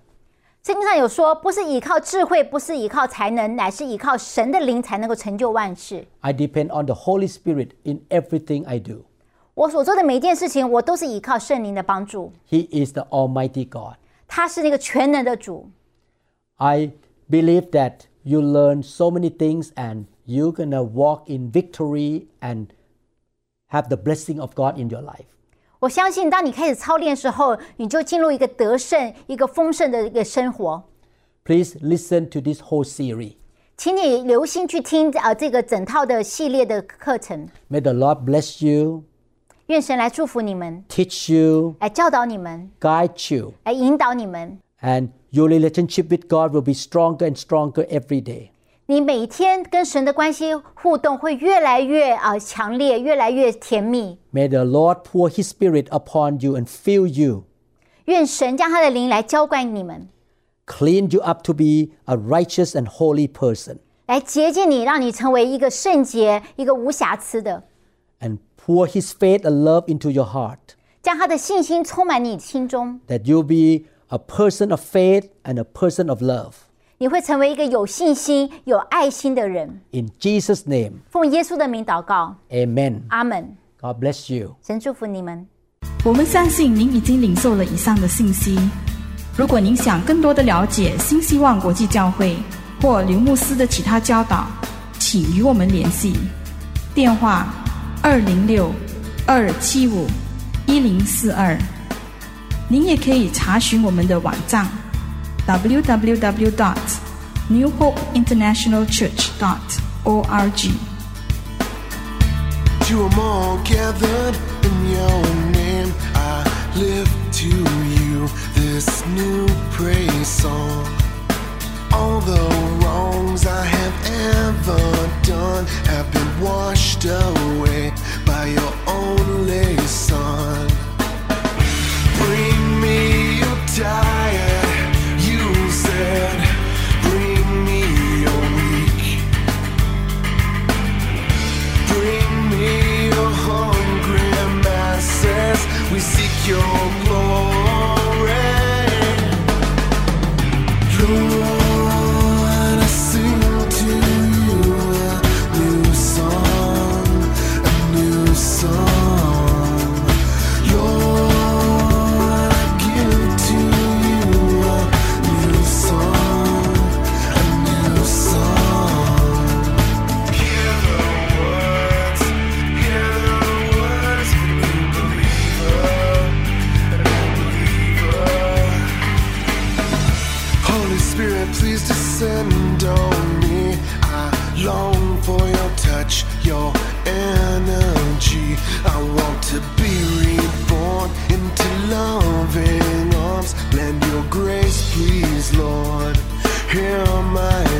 Speaker 1: 圣经上有说，不是倚靠智慧，不是倚靠才能，乃是倚靠神的灵才能够成就万事。
Speaker 2: I depend on the Holy Spirit in everything I do.
Speaker 1: 我所做的每一件事情，我都是依靠圣灵的帮助。
Speaker 2: He is the Almighty God.
Speaker 1: 他是那个全能的主。
Speaker 2: I believe that you learn so many things and you're going to walk in victory and have the blessing of God in your life.
Speaker 1: 我相信，当你开始操练的时候，你就进入一个得胜、一个丰盛的一个生活。
Speaker 2: Please listen to this whole series.
Speaker 1: 请你留心去听呃这个整套的系列的课程。
Speaker 2: May the Lord bless you,
Speaker 1: 愿神来祝福你们，
Speaker 2: teach you,
Speaker 1: 来教导你们，
Speaker 2: guide you,
Speaker 1: 来引导你们。
Speaker 2: and your relationship with God will be stronger and stronger every day.
Speaker 1: 你每天跟神的关系互动会越来越呃强烈，越来越甜蜜。
Speaker 2: May the Lord pour His Spirit upon you and fill you,
Speaker 1: 愿神将他的灵来浇灌你们，
Speaker 2: clean you up to be a righteous and holy person.
Speaker 1: 来洁净你，让你成为一个圣洁、一个无瑕疵的，
Speaker 2: and pour His faith and love into your heart,
Speaker 1: 将他的信心充满你心中。
Speaker 2: that you'll be a person of faith and a person of love.
Speaker 1: 你会成为一个有信心、有爱心的人。
Speaker 2: In Jesus' name,
Speaker 1: 奉耶稣的名祷告，
Speaker 2: amen.
Speaker 1: 阿门。
Speaker 2: God bless you.
Speaker 1: 神祝福你们。
Speaker 3: 我们相信您已经领受了以上的信息。如果您想更多的了解新希望国际教会或刘牧师的其他教导，请与我们联系，电话二零六二七五一零四二。您也可以查询我们的网站 www.dot new hope international church dot org。
Speaker 4: To 'em all gathered in your name, I lift to you this new praise song. All the wrongs I have ever done have been washed away by your only son. Bring me your diet, you said. Bring me your weak. Bring me your hungry masses. We seek your glory. Lord, I sing to you a new song, a new song. Lord, I give to you a new song, a new song. Hear the words, hear the words, new believer, new believer. Holy Spirit, please descend on me. I long for your touch, your energy. I want to be reborn into loving arms. Lend your grace, please, Lord. Hear my